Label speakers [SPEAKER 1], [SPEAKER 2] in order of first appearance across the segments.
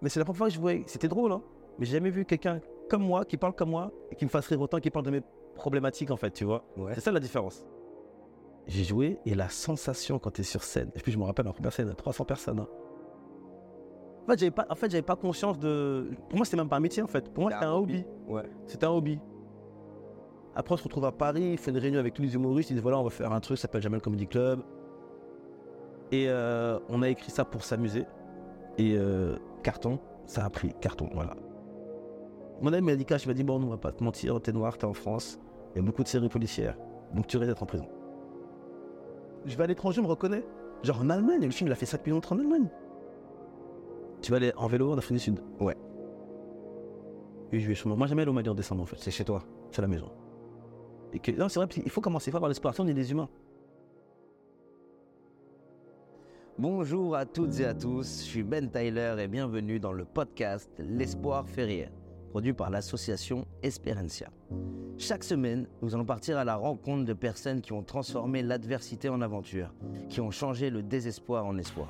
[SPEAKER 1] Mais c'est la première fois que je voyais. C'était drôle, hein. Mais j'ai jamais vu quelqu'un comme moi, qui parle comme moi, et qui me fasse rire autant, qui parle de mes problématiques, en fait, tu vois.
[SPEAKER 2] Ouais.
[SPEAKER 1] C'est ça la différence. J'ai joué, et la sensation quand tu es sur scène. Et puis, je me rappelle, en première scène, il y a 300 personnes. hein. En fait, j'avais pas, en fait, j'avais pas conscience de. Pour moi, c'était même pas un métier, en fait. Pour moi, c'était un hobby.
[SPEAKER 2] Ouais.
[SPEAKER 1] C'était un hobby. Après, on se retrouve à Paris, il fait une réunion avec tous les humoristes, ils disent voilà, on va faire un truc, ça s'appelle Jamel Comedy Club. Et euh, on a écrit ça pour s'amuser. Et euh, carton, ça a pris, carton, voilà. Mon ami m'a dit, Cash, il m'a dit bon, on va pas te mentir, t'es noir, t'es en France, il y a beaucoup de séries policières, donc tu risques d'être en prison. Je vais à l'étranger, je me reconnais. Genre en Allemagne, le film, il a fait 5 millions de francs en Allemagne. Tu vas aller en vélo en Afrique du Sud
[SPEAKER 2] Ouais.
[SPEAKER 1] Et je vais sûrement. Moi, jamais aller au Mali en décembre, en fait
[SPEAKER 2] C'est chez toi.
[SPEAKER 1] c'est la maison. Et que, non, c'est vrai, parce qu'il faut commencer pas par l'exploration, on est des humains.
[SPEAKER 2] Bonjour à toutes et à tous, je suis Ben Tyler et bienvenue dans le podcast L'Espoir fait rire, produit par l'association Esperencia. Chaque semaine, nous allons partir à la rencontre de personnes qui ont transformé l'adversité en aventure, qui ont changé le désespoir en espoir.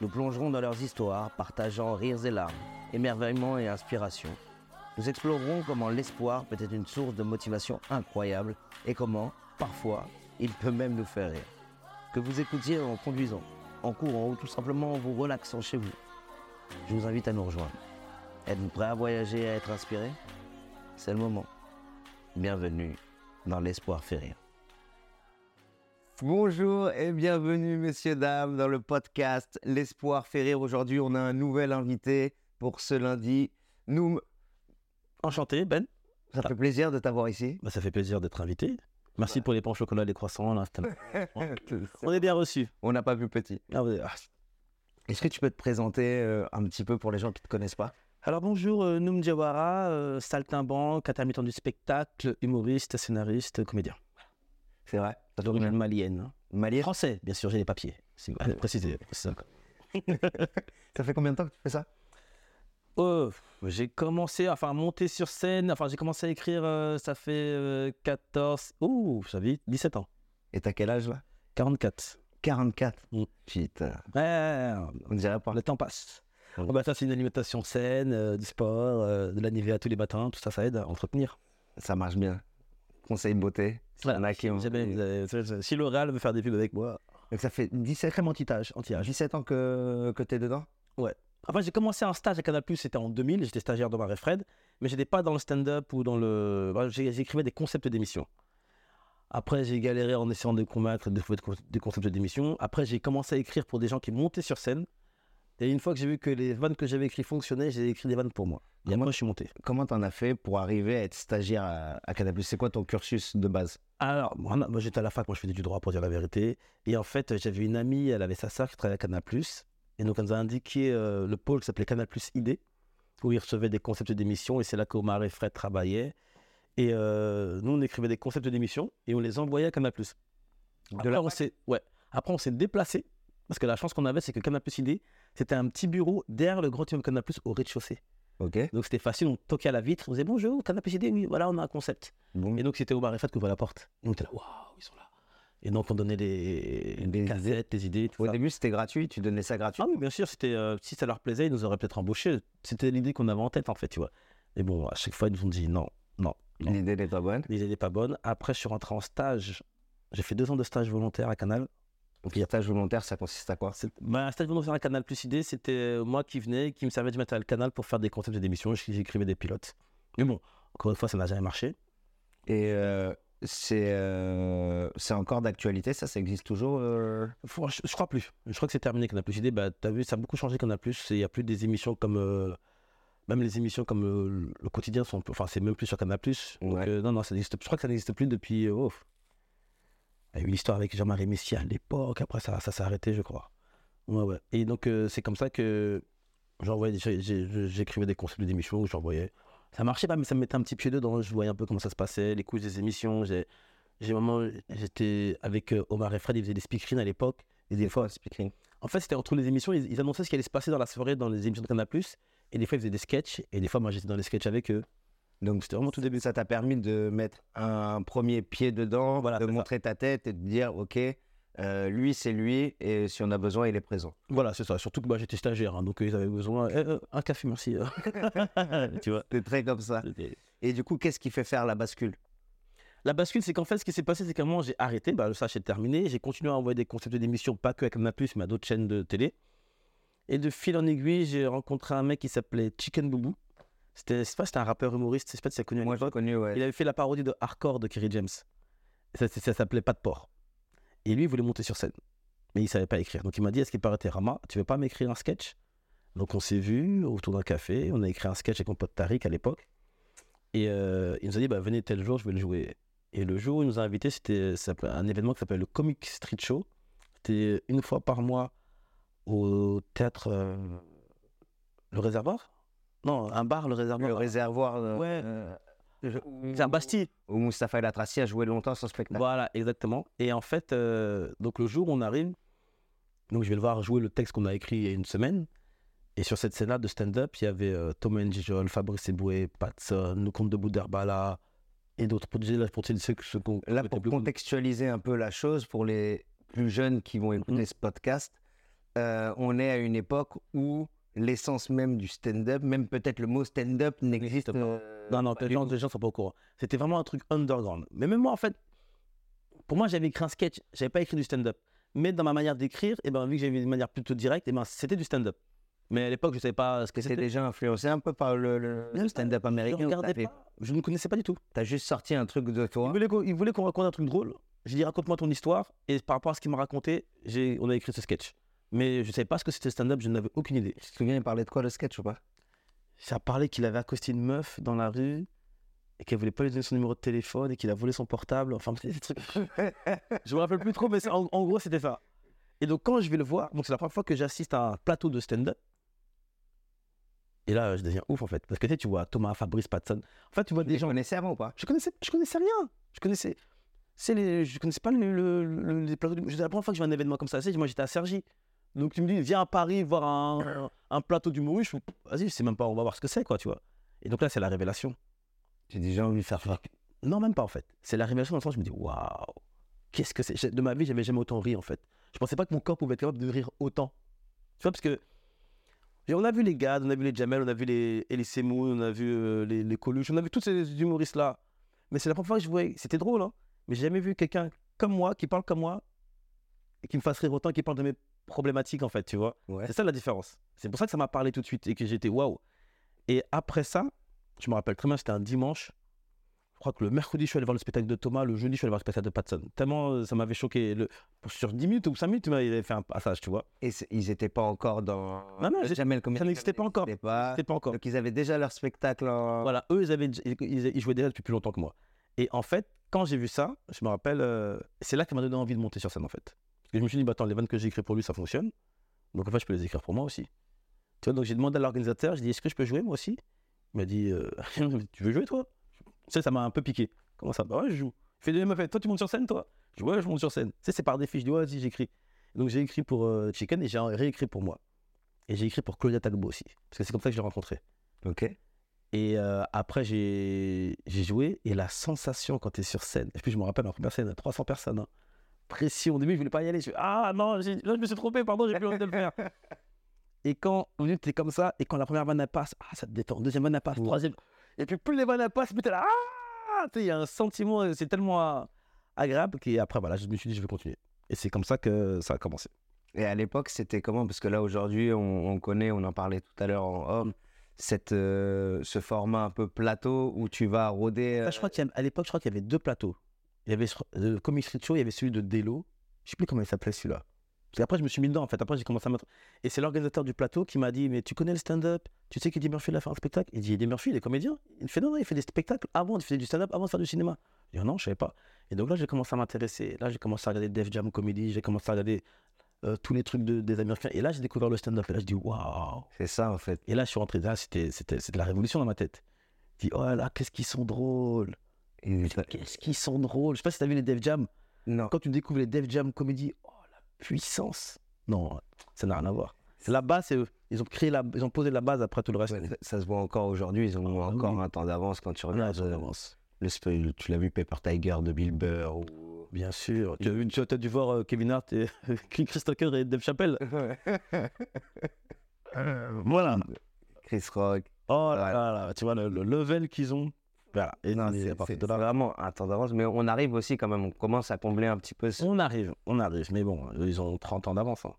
[SPEAKER 2] Nous plongerons dans leurs histoires, partageant rires et larmes, émerveillements et inspiration. Nous explorerons comment l'espoir peut être une source de motivation incroyable et comment, parfois, il peut même nous faire rire. Que vous écoutiez en conduisant, en courant ou tout simplement en vous relaxant chez vous, je vous invite à nous rejoindre. Êtes-vous prêt à voyager et à être inspiré C'est le moment. Bienvenue dans l'espoir fait rire. Bonjour et bienvenue messieurs dames dans le podcast L'espoir fait rire. Aujourd'hui, on a un nouvel invité pour ce lundi. Noum,
[SPEAKER 1] Enchanté, Ben.
[SPEAKER 2] ça fait plaisir de t'avoir ici.
[SPEAKER 1] Bah, ça fait plaisir d'être invité. Merci pour les pains au chocolat, les croissants, là, c'était- On est bien reçus.
[SPEAKER 2] on n'a pas vu petit.
[SPEAKER 1] Ah, vous- ah.
[SPEAKER 2] Est-ce que tu peux te présenter euh, un petit peu pour les gens qui ne te connaissent pas
[SPEAKER 1] Alors bonjour, euh, Noum Diawara, euh, saltimbanque, intermittent du spectacle, humoriste, scénariste, comédien.
[SPEAKER 2] C'est vrai T'as
[SPEAKER 1] D'origine malienne. hein.
[SPEAKER 2] Malienne
[SPEAKER 1] Français, bien sûr, j'ai les papiers. C'est ah, précisé. c'est ça, quoi.
[SPEAKER 2] Ça fait combien de temps que tu fais ça
[SPEAKER 1] Euh, j'ai commencé, enfin, à monter sur scène, enfin, j'ai commencé à écrire, euh, ça fait euh, 14, ouh, ça vite, 17 ans,
[SPEAKER 2] Et t'as quel âge là
[SPEAKER 1] 44.
[SPEAKER 2] 44.
[SPEAKER 1] Mm.
[SPEAKER 2] Putain,
[SPEAKER 1] Ouais, ouais, ouais,
[SPEAKER 2] on dirait pas.
[SPEAKER 1] le temps passe.
[SPEAKER 2] Ouais.
[SPEAKER 1] Ah bah ça, c'est une alimentation saine, euh, du sport, euh, de la Nivea tous les matins, tout ça, ça aide à entretenir.
[SPEAKER 2] Ça marche bien. Conseil beauté.
[SPEAKER 1] Voilà.
[SPEAKER 2] Il y en a qui ont-
[SPEAKER 1] Jamais, vous avez- vous savez, si L'Oréal veut faire des pubs avec moi,
[SPEAKER 2] Donc ça fait 17,
[SPEAKER 1] crème anti-âge, anti-âge.
[SPEAKER 2] 17 ans que, que t'es dedans
[SPEAKER 1] Enfin, j'ai commencé un stage à Canal+, c'était en 2000, j'étais stagiaire dans Marie Fred, mais j'étais pas dans le stand-up ou dans le... bah, j'ai- J'écrivais des concepts d'émissions. Après, j'ai galéré en essayant de combattre de trouver des con- des concepts d'émissions. Après, j'ai commencé à écrire pour des gens qui montaient sur scène. Et une fois que j'ai vu que les vannes que j'avais écrites fonctionnaient, j'ai écrit des vannes pour moi. Et moi, je suis monté.
[SPEAKER 2] Comment t'en as fait pour arriver à être stagiaire à, à Canal+. C'est quoi ton cursus de base
[SPEAKER 1] Alors, moi, non, moi, j'étais à la fac, moi je faisais du droit pour dire la vérité. Et en fait, j'avais une amie, elle avait sa sœur qui travaillait à Canal. Et donc, elle nous a indiqué euh, le pôle qui s'appelait Canal ID, où ils recevaient des concepts d'émissions. Et c'est là qu'Omar et Fred travaillaient. Et euh, nous, on écrivait des concepts d'émissions et on les envoyait à Canal. Après, on s'est, ouais. Après, on s'est déplacé. Parce que la chance qu'on avait, c'est que Canal ID, c'était un petit bureau derrière le grand immeuble Canal au rez-de-chaussée.
[SPEAKER 2] Ok.
[SPEAKER 1] Donc, c'était facile, on toquait à la vitre, on disait bonjour, Canal ID, oui, voilà, on a un concept.
[SPEAKER 2] Bon.
[SPEAKER 1] Et donc c'était Omar et Fred qui ouvrait la porte. Et on était là, waouh, ils sont là. Et donc on donnait des,
[SPEAKER 2] Des
[SPEAKER 1] des cassettes, des idées, tout
[SPEAKER 2] Au
[SPEAKER 1] ça.
[SPEAKER 2] début, c'était gratuit. Tu donnais ça gratuit.
[SPEAKER 1] Ah oui, bien sûr, c'était, euh, si ça leur plaisait, ils nous auraient peut-être embauchés. C'était l'idée qu'on avait en tête, en fait, tu vois. Et bon, à chaque fois, ils nous ont dit non, non, non.
[SPEAKER 2] L'idée n'est pas bonne.
[SPEAKER 1] L'idée n'est pas bonne. Après, je suis rentré en stage. J'ai fait deux ans de stage volontaire à Canal.
[SPEAKER 2] Donc, le stage volontaire, ça consiste à quoi
[SPEAKER 1] C'est- bah, un stage volontaire à Canal Plus Idée, c'était moi qui venais, qui me servait du matériel Canal pour faire des concepts et des missions. J'écrivais des pilotes. Mais bon, encore une fois, ça n'a jamais marché.
[SPEAKER 2] Et euh, c'est euh, c'est encore d'actualité, ça, ça existe toujours. euh,
[SPEAKER 1] Faut- je, je crois plus. Je crois que c'est terminé qu'on a plus idée. Bah, t'as vu, ça a beaucoup changé qu'on a plus. Il n'y a plus des émissions comme. euh, même les émissions comme euh, le quotidien sont. Enfin, c'est même plus sur Canal Plus. euh,
[SPEAKER 2] Ouais.
[SPEAKER 1] non, non, ça n'existe. Je crois que ça n'existe plus depuis. euh, oh. Il y a eu l'histoire avec Jean-Marie Messia à l'époque. Après, ça, ça s'est arrêté, je crois. Ouais, ouais. Et donc, euh, c'est comme ça que j'envoyais. des- j'ai- j'ai- J'écrivais des concepts d'émissions où j'envoyais. Ça marchait pas, mais ça me mettait un petit pied dedans. Je voyais un peu comment ça se passait, les couches des émissions. J'ai j'ai vraiment. J'étais avec euh, Omar et Fred, ils faisaient des speakerines à l'époque.
[SPEAKER 2] Et des fois, speaking.
[SPEAKER 1] En fait, c'était entre les émissions, ils, ils annonçaient ce qui allait se passer dans la soirée, dans les émissions de Canal+. Et des fois, ils faisaient des sketchs. Et des fois, moi, j'étais dans les sketchs avec eux.
[SPEAKER 2] Donc,
[SPEAKER 1] C'était vraiment tout début.
[SPEAKER 2] Ça t'a permis de mettre un premier pied dedans,
[SPEAKER 1] Voilà,
[SPEAKER 2] de
[SPEAKER 1] c'est ça.
[SPEAKER 2] montrer ta tête et de dire, OK, euh, lui, c'est lui, et si on a besoin, il est présent.
[SPEAKER 1] Voilà, c'est ça. Surtout que moi, j'étais stagiaire, hein, donc euh, ils avaient besoin. Eh, euh, un café, merci. euh. tu vois.
[SPEAKER 2] C'est très comme ça. Et du coup, qu'est-ce qui fait faire la bascule
[SPEAKER 1] La bascule, c'est qu'en fait, ce qui s'est passé, c'est qu'à un moment, j'ai arrêté, bah, le stage est terminé, j'ai continué à envoyer des concepts d'émissions, pas que à Canal+, mais à d'autres chaînes de télé. Et de fil en aiguille, j'ai rencontré un mec qui s'appelait Chicken Boubou. C'était, je sais pas, c'était un rappeur humoriste, je sais pas si c'est connu. à
[SPEAKER 2] Moi, je l'ai
[SPEAKER 1] l'époque.
[SPEAKER 2] connu, ouais.
[SPEAKER 1] Il avait fait la parodie de Hardcore de Kerry James. Ça, ça- ça s'appelait Pas de porc. Et lui, il voulait monter sur scène. Mais il savait pas écrire. Donc il m'a dit Est-ce qu'il paraît t'es Rama, tu veux pas m'écrire un sketch Donc on s'est vu autour d'un café. On a écrit un sketch avec mon pote Tariq à l'époque. Et euh, il nous a dit bah, Venez tel jour, je vais le jouer. Et le jour où il nous a invités, c'était ça s'appelait- un événement qui s'appelle le Comic Street Show. C'était une fois par mois au théâtre. euh, le réservoir Non, un bar, le réservoir.
[SPEAKER 2] Le réservoir. euh,
[SPEAKER 1] Ouais.
[SPEAKER 2] euh,
[SPEAKER 1] C'est un Bastille.
[SPEAKER 2] Où Mustapha El Atrassi a joué longtemps son spectacle.
[SPEAKER 1] Voilà, exactement. Et en fait, euh, donc le jour où on arrive, donc je vais le voir jouer le texte qu'on a écrit il y a une semaine. Et sur cette scène-là de stand-up, il y avait euh, Thomas Njijol, Fabrice Eboué, Patson, le comte de Boudherbala et d'autres produits là pour ceux que- ceux qu'on
[SPEAKER 2] Là,
[SPEAKER 1] connaît
[SPEAKER 2] pour
[SPEAKER 1] plus.
[SPEAKER 2] contextualiser un peu la chose, pour les plus jeunes qui vont écouter
[SPEAKER 1] Mhm.
[SPEAKER 2] ce podcast, euh, on est à une époque où l'essence même du stand-up, même peut-être le mot stand-up n'existe
[SPEAKER 1] N'existe pas.
[SPEAKER 2] euh,
[SPEAKER 1] Non, non,
[SPEAKER 2] pas
[SPEAKER 1] les
[SPEAKER 2] du
[SPEAKER 1] gens,
[SPEAKER 2] tout.
[SPEAKER 1] les gens sont pas au courant. C'était vraiment un truc underground. Mais même moi, en fait, pour moi, j'avais écrit un sketch, j'avais pas écrit du stand-up. Mais dans ma manière d'écrire, et ben, vu que j'avais une manière plutôt directe, et ben, c'était du stand-up. Mais à l'époque, je savais pas ce que
[SPEAKER 2] C'est
[SPEAKER 1] c'était.
[SPEAKER 2] déjà influencé un peu par le, le
[SPEAKER 1] Même
[SPEAKER 2] stand-up
[SPEAKER 1] Je,
[SPEAKER 2] américain. où
[SPEAKER 1] regardais
[SPEAKER 2] t'avais-
[SPEAKER 1] pas, je ne connaissais pas du tout.
[SPEAKER 2] T'as juste sorti un truc de toi.
[SPEAKER 1] Il voulait qu'on, il voulait qu'on raconte un truc drôle. J'ai dit raconte-moi ton histoire et par rapport à ce qu'il m'a raconté, j'ai, on a écrit ce sketch. Mais je savais pas ce que c'était stand-up, je n'avais aucune idée.
[SPEAKER 2] Tu te souviens, il parlait de quoi le sketch ou pas
[SPEAKER 1] Ça parlait qu'il avait accosté une meuf dans la rue et qu'elle voulait pas lui donner son numéro de téléphone et qu'il a volé son portable. Enfin, c'était des trucs. je me rappelle plus trop, mais c'est- en, en gros c'était ça. Et donc quand je vais le voir, donc c'est la première fois que j'assiste à un plateau de stand-up. Et là, je deviens ouf en fait, parce que tu sais, tu vois Thomas, Fabrice, Patson. En fait, tu vois
[SPEAKER 2] Tu les
[SPEAKER 1] des gens
[SPEAKER 2] connaissais avant ou pas
[SPEAKER 1] Je connaissais, je connaissais rien. Je connaissais, c'est les, je connaissais pas le, le- le- les plateaux. d'humour. C'était la première fois que je vois un événement comme ça. C'est- Moi, j'étais à Cergy. Donc tu me dis, viens à Paris voir un, un plateau d'humour. Je fais, vas-y, je sais même pas, on va voir ce que c'est, quoi, tu vois. Et donc là, c'est la révélation.
[SPEAKER 2] J'ai déjà envie de faire ça.
[SPEAKER 1] Non, même pas, en fait. C'est la révélation dans le sens, je me dis, waouh, qu'est-ce que c'est J'ai- De ma vie, j'avais jamais autant ri, en fait. Je pensais pas que mon corps pouvait être capable de rire autant. Tu vois, parce que. et On a vu les Gad, on a vu les Jamel, on a vu les Elie Semoun, on a vu euh, les, les Coluche, on a vu tous ces humoristes-là. Mais c'est la première fois que je voyais. C'était drôle, hein. Mais j'ai jamais vu quelqu'un comme moi, qui parle comme moi, et qui me fasse rire autant, qui parle de mes problématiques, en fait, tu vois.
[SPEAKER 2] Ouais.
[SPEAKER 1] C'est ça la différence. C'est pour ça que ça m'a parlé tout de suite et que j'étais waouh. Et après ça, je me rappelle très bien, c'était un dimanche. Je crois que le mercredi, je suis allé voir le spectacle de Thomas, le jeudi, je suis allé voir le spectacle de Patson. Tellement euh, ça m'avait choqué. Le... Sur 10 minutes ou 5 minutes, il avait fait un passage, tu vois.
[SPEAKER 2] Et c'est- ils n'étaient pas encore dans.
[SPEAKER 1] Non, non,
[SPEAKER 2] le
[SPEAKER 1] j'ai-
[SPEAKER 2] Jamel Comedy
[SPEAKER 1] ça n'existait pas
[SPEAKER 2] Club
[SPEAKER 1] encore.
[SPEAKER 2] n'existait pas.
[SPEAKER 1] C'était pas encore.
[SPEAKER 2] Donc ils avaient déjà leur spectacle en.
[SPEAKER 1] Voilà, eux, ils, avaient, ils, ils jouaient déjà depuis plus longtemps que moi. Et en fait, quand j'ai vu ça, je me rappelle, euh, c'est là que ça m'a donné envie de monter sur scène, en fait. Parce que je me suis dit, bah, attends, les vannes que j'ai écrites pour lui, ça fonctionne. Donc, en fait, je peux les écrire pour moi aussi. Tu vois, donc j'ai demandé à l'organisateur, j'ai dit, est-ce que je peux jouer moi aussi Il m'a dit, euh, tu veux jouer toi Ça, ça m'a un peu piqué. Comment ça Bah ouais, je joue. Il fait, il m'a fait, toi, tu montes sur scène, toi Je dis, ouais, je monte sur scène. Tu sais, c'est par défi. Je dis, ouais, vas-y, j'écris. Donc, j'ai écrit pour euh, Chicken et j'ai réécrit pour moi. Et j'ai écrit pour Claudia Talbot aussi. Parce que c'est comme ça que je l'ai rencontré.
[SPEAKER 2] Ok.
[SPEAKER 1] Et euh, après, j'ai j'ai joué. Et la sensation quand tu es sur scène, et puis je me rappelle, en première scène, il y a 300 personnes. hein. Pression. Au début, je voulais pas y aller. Je fais, ah non, j'ai- non, je me suis trompé, pardon, j'ai plus envie de le faire. Et quand au début, t'es comme ça, et quand la première vanne elle passe, ah, ça te détend. Deuxième vanne elle passe, troisième. Et puis plus les vannes elles passent, plus t'es là, ah Tu sais, Il y a un sentiment, euh, c'est tellement euh, agréable qu'après, voilà, je me suis dit, je vais continuer. Et c'est comme ça que ça a commencé.
[SPEAKER 2] Et à l'époque, c'était comment Parce que là, aujourd'hui, on, on connaît, on en parlait tout à l'heure en
[SPEAKER 1] Mmh.
[SPEAKER 2] off, cette, euh, ce format un peu plateau où tu vas rôder. euh,
[SPEAKER 1] Ça, Bah, je crois qu'il y a- à l'époque, je crois qu'il y avait deux plateaux. Il y avait sur- le Comic Street Show, il y avait celui de Delo. Je sais plus comment il s'appelait celui-là. Parce qu'après, je me suis mis dedans, en fait. Après, j'ai commencé à mettre. Et c'est l'organisateur du plateau qui m'a dit Mais tu connais le stand-up Tu sais qu'Eddie Murphy, il a fait un spectacle Il dit Eddie Murphy, il est comédien Il fait Non, non, il fait des spectacles avant, il faisait du stand-up avant de faire du cinéma. Je dis oh Non, je savais pas. Et donc là, j'ai commencé à m'intéresser. Là, j'ai commencé à regarder Def Jam Comedy, j'ai commencé à regarder euh, tous les trucs de- des Américains. Et là, j'ai découvert le stand-up. Et là, je dis Waouh
[SPEAKER 2] C'est ça, en fait.
[SPEAKER 1] et là, je suis rentré, là, c'était, c'était, c'était la révolution dans ma tête. Je dis, oh là, qu'est-ce qu'ils sont drôles.
[SPEAKER 2] Et-
[SPEAKER 1] Qu'est-ce qu'ils sont drôles. Je sais pas si t'as vu les Def Jam.
[SPEAKER 2] Non.
[SPEAKER 1] Quand tu découvres les Def Jam comédie, oh la puissance. Non, ça n'a rien à voir. C'est la base, c'est eux. Ils ont créé la, ils ont posé la base après tout le reste.
[SPEAKER 2] Ouais, ça, ça se voit encore aujourd'hui, ils ont
[SPEAKER 1] Ah,
[SPEAKER 2] encore
[SPEAKER 1] oui. Ah,
[SPEAKER 2] un temps d'avance quand tu
[SPEAKER 1] On a
[SPEAKER 2] regardes.
[SPEAKER 1] raison
[SPEAKER 2] euh,
[SPEAKER 1] d'avance.
[SPEAKER 2] le sp- tu l'as vu, Paper Tiger de Bill Burr ou Chicago.
[SPEAKER 1] Bien sûr. Tu as, vu- tu as dû voir euh, Kevin Hart et Chris Tucker et Dave Chappelle. voilà.
[SPEAKER 2] Chris Rock.
[SPEAKER 1] Oh là
[SPEAKER 2] Ouais.
[SPEAKER 1] là, là, tu vois le, le level qu'ils ont. Voilà. Et
[SPEAKER 2] Non,
[SPEAKER 1] et
[SPEAKER 2] c'est
[SPEAKER 1] à partir
[SPEAKER 2] c'est-
[SPEAKER 1] de
[SPEAKER 2] c'est
[SPEAKER 1] là,
[SPEAKER 2] vraiment un temps d'avance, mais on arrive aussi quand même, on commence à combler un petit peu. ce-
[SPEAKER 1] on arrive, on arrive. Mais bon, eux, ils ont 30 ans d'avance. hein.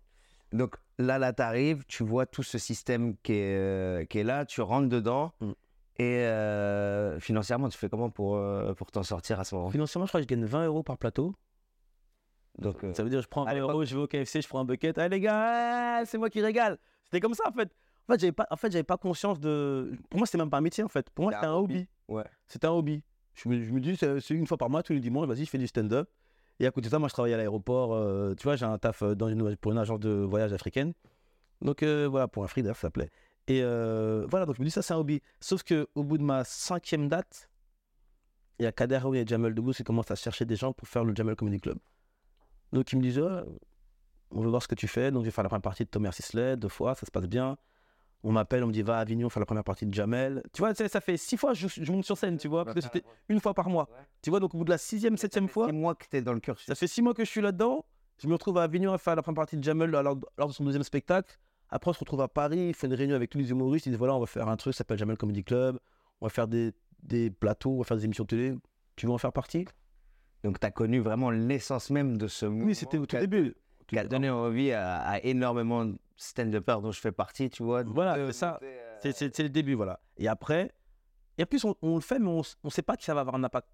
[SPEAKER 2] Donc là, là, t'arrives, tu vois tout ce système qui est, euh, qui est là, tu rentres dedans,
[SPEAKER 1] Mm.
[SPEAKER 2] et euh, financièrement, tu fais comment pour, euh, pour t'en sortir à ce moment
[SPEAKER 1] Financièrement, je crois que je gagne 20 euros par plateau.
[SPEAKER 2] Donc, euh,
[SPEAKER 1] Ça veut dire, je prends
[SPEAKER 2] À
[SPEAKER 1] 1 euro, je vais au KFC, je prends un bucket. Ah les gars, ah, c'est moi qui régale. C'était comme ça en fait. En fait, j'avais pas, en fait, j'avais pas conscience de. Pour moi, c'était même pas un métier en fait. Pour moi,
[SPEAKER 2] C'est
[SPEAKER 1] c'était un
[SPEAKER 2] un
[SPEAKER 1] hobby.
[SPEAKER 2] ouais.
[SPEAKER 1] C'était un hobby. Je me, je me dis, c'est c'est une fois par mois, tous les dimanches, vas-y, je fais du stand-up. Et à côté de ça, moi, je travaille à l'aéroport. euh, tu vois, j'ai un taf euh, dans une, pour une agence de voyage africaine. Donc euh, voilà, pour un free d'ailleurs, ça s'appelait. Et euh, voilà, donc je me dis, ça, c'est un hobby. Sauf que au bout de ma cinquième date, il y a Kader Aoui et Jamel Debbouze qui commencent à chercher des gens pour faire le Jamel Comedy Club. Donc ils me disent, Ouais, on veut voir ce que tu fais. Donc je vais faire la première partie de Thomas Sisley, deux fois, ça se passe bien. On m'appelle, on me dit, va à Avignon faire la première partie de Jamel. Tu vois, tu sais, ça fait six fois que je, je monte sur scène, tu vois, parce que c'était une fois par mois.
[SPEAKER 2] Ouais.
[SPEAKER 1] Tu vois, donc au bout de la sixième, septième fois,
[SPEAKER 2] C'est moi que t'es dans le cursus.
[SPEAKER 1] ça fait six mois que je suis là-dedans. Je me retrouve à Avignon à faire la première partie de Jamel lors, lors de son deuxième spectacle. Après, on se retrouve à Paris, il fait une réunion avec tous les humoristes. Ils disent voilà, on va faire un truc, ça s'appelle Jamel Comedy Club. On va faire des, des plateaux, on va faire des émissions de télé. Tu veux en faire partie
[SPEAKER 2] Donc, t'as connu vraiment l'essence même de ce mouvement.
[SPEAKER 1] Oui, c'était au tout début.
[SPEAKER 2] qui a donné envie à, à énormément de stand-uppers dont je fais partie, tu vois.
[SPEAKER 1] Voilà,
[SPEAKER 2] de
[SPEAKER 1] c'est ça.
[SPEAKER 2] monter, euh,
[SPEAKER 1] C'est- C'est c'est le début, voilà. Et après, et en plus, on, on le fait, mais on ne sait pas que ça va avoir un impact.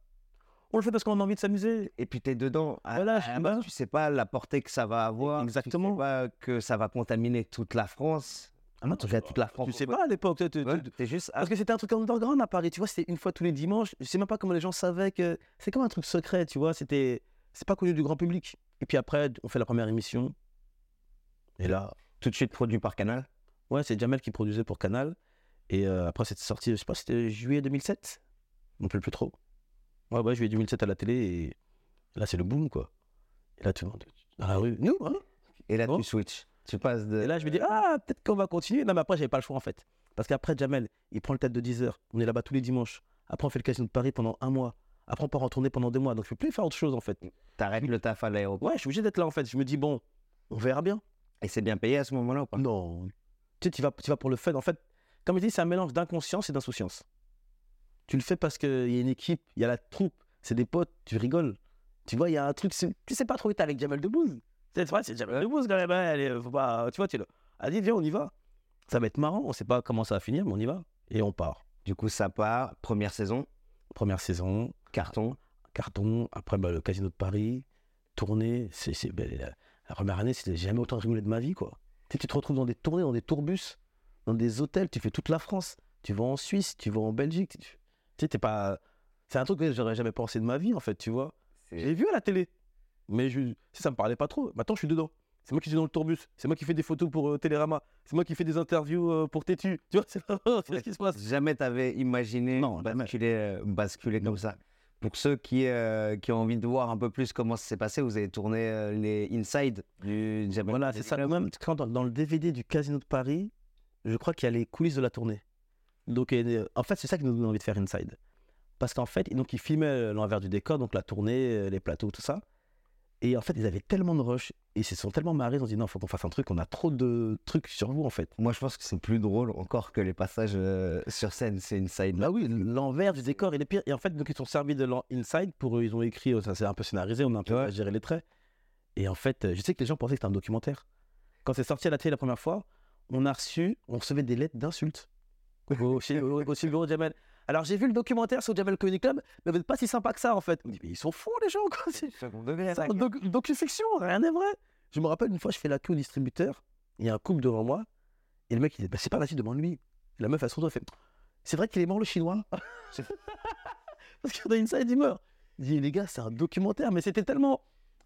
[SPEAKER 1] On le fait parce qu'on a envie de s'amuser.
[SPEAKER 2] Et puis, t'es dedans. À,
[SPEAKER 1] Voilà,
[SPEAKER 2] à
[SPEAKER 1] je-
[SPEAKER 2] la base,
[SPEAKER 1] bah.
[SPEAKER 2] tu sais pas la portée que ça va avoir. Tu
[SPEAKER 1] Exactement.
[SPEAKER 2] sais pas que ça va contaminer toute la France.
[SPEAKER 1] Ah non,
[SPEAKER 2] En tout cas, toute la France.
[SPEAKER 1] Tu sais pas à l'époque, tu- tu- tu-
[SPEAKER 2] Ouais, T'es juste.
[SPEAKER 1] Parce que c'était un truc underground à Paris, tu vois, c'était une fois tous les dimanches. Je sais même pas comment les gens savaient que. C'est comme un truc secret, tu vois, c'était. C'est pas connu du grand public. Et puis après, on fait la première émission. Et là,
[SPEAKER 2] tout de suite produit par Canal.
[SPEAKER 1] ouais, c'est Jamel qui produisait pour Canal. Et euh, après, c'était sorti, je sais pas, c'était juillet 2007. On ne plus plus trop. Ouais, ouais, juillet 2007 à la télé. Et là, c'est le boom, quoi. Et là, tout le monde, dans la rue, nous, hein
[SPEAKER 2] Et là,
[SPEAKER 1] Bon.
[SPEAKER 2] tu switches. Tu passes de.
[SPEAKER 1] Et là, je me dis, ah, peut-être qu'on va continuer. Non, mais après, j'avais pas le choix, en fait. Parce qu'après, Jamel, il prend le tête de 10 heures. On est là-bas tous les dimanches. Après, on fait le casino de Paris pendant un mois. Après, on part en tournée pendant deux mois. Donc, je peux plus faire autre chose, en fait.
[SPEAKER 2] t'arrêtes le taf à l'aéroport.
[SPEAKER 1] Ouais, je suis obligé d'être là, en fait. Je me dis, bon, on verra bien.
[SPEAKER 2] Et c'est bien payé à ce moment-là ou pas
[SPEAKER 1] Non. Tu sais, tu vas, tu vas pour le fun. En fait, comme je dis, c'est un mélange d'inconscience et d'insouciance. Tu le fais parce qu'il y a une équipe, il y a la troupe, c'est des potes, tu rigoles. Tu vois, il y a un truc, c'est- tu sais pas trop où t'es avec Jamel Debbouze. C'est vrai, c'est Jamel Debbouze quand même. hein, elle est- faut pas, tu vois, tu es là. Allez, viens, on y va. Ça va être marrant, on sait pas comment ça va finir, mais on y va. Et on part.
[SPEAKER 2] Du coup, ça part. Première saison,
[SPEAKER 1] Première saison,
[SPEAKER 2] carton.
[SPEAKER 1] carton, après bah, le casino de Paris, tournée. C'est, c'est- ben, la, la première année, c'était j'ai jamais autant rigolé de ma vie, quoi. Tu, sais, tu te retrouves dans des tournées, dans des tourbus, dans des hôtels, tu fais toute la France. Tu vas en Suisse, tu vas en Belgique. Tu, tu sais, t'es pas. C'est un truc que j'aurais jamais pensé de ma vie, en fait, tu vois. J'ai vu à la télé, mais je, ça me parlait pas trop. Maintenant, je suis dedans. C'est moi qui suis dans le tourbus. C'est moi qui fais des photos pour euh, Télérama. C'est moi qui fais des interviews euh, pour Tétu. Tu vois, c'est, c'est ce qui se passe.
[SPEAKER 2] Jamais t'avais imaginé
[SPEAKER 1] Non, jamais.
[SPEAKER 2] basculer, euh, basculer comme ça. Pour ceux qui, euh, qui ont envie de voir un peu plus comment ça s'est passé, vous avez tourné euh, les Inside du Jamel.
[SPEAKER 1] Voilà, c'est ça. Même quand dans, dans le DVD du Casino de Paris, je crois qu'il y a les coulisses de la tournée. Donc, euh, en fait, c'est ça qui nous donne envie de faire Inside. Parce qu'en fait, donc, ils filmaient euh, l'envers du décor, donc la tournée, euh, les plateaux, tout ça. Et en fait, ils avaient tellement de rush, ils se sont tellement marrés, ils ont dit non, faut qu'on fasse un truc, on a trop de trucs sur vous, en fait.
[SPEAKER 2] Moi, je pense que c'est plus drôle encore que les passages euh, sur scène, c'est Inside.
[SPEAKER 1] Bah oui, l'envers du décor, il est pire. Et en fait, donc, ils sont servis de l'en- Inside pour eux, ils ont écrit, euh, ça c'est un peu scénarisé, on a un peu
[SPEAKER 2] Ouais.
[SPEAKER 1] géré les traits. Et en fait, euh, je sais que les gens pensaient que c'était un documentaire. Quand c'est sorti à la télé la première fois, on a reçu, on recevait des lettres d'insultes au, chez- au- au- chez le bureau de Jamel. Alors j'ai vu le documentaire sur Jamel Comedy Club, mais vous n'êtes pas si sympa que ça en fait. On dit, mais ils sont fous les gens quoi. c'est- c'est un doc- une docu-fiction, rien n'est vrai. Je me rappelle une fois, je fais la queue au distributeur, il y a un couple devant moi, et le mec il dit Bah, c'est pas là-dessus, demande-lui. La meuf elle se retrouve, elle fait c'est vrai qu'il est mort le chinois. Parce que dans Inside il meurt. Il dit les gars, c'est un documentaire, mais c'était tellement.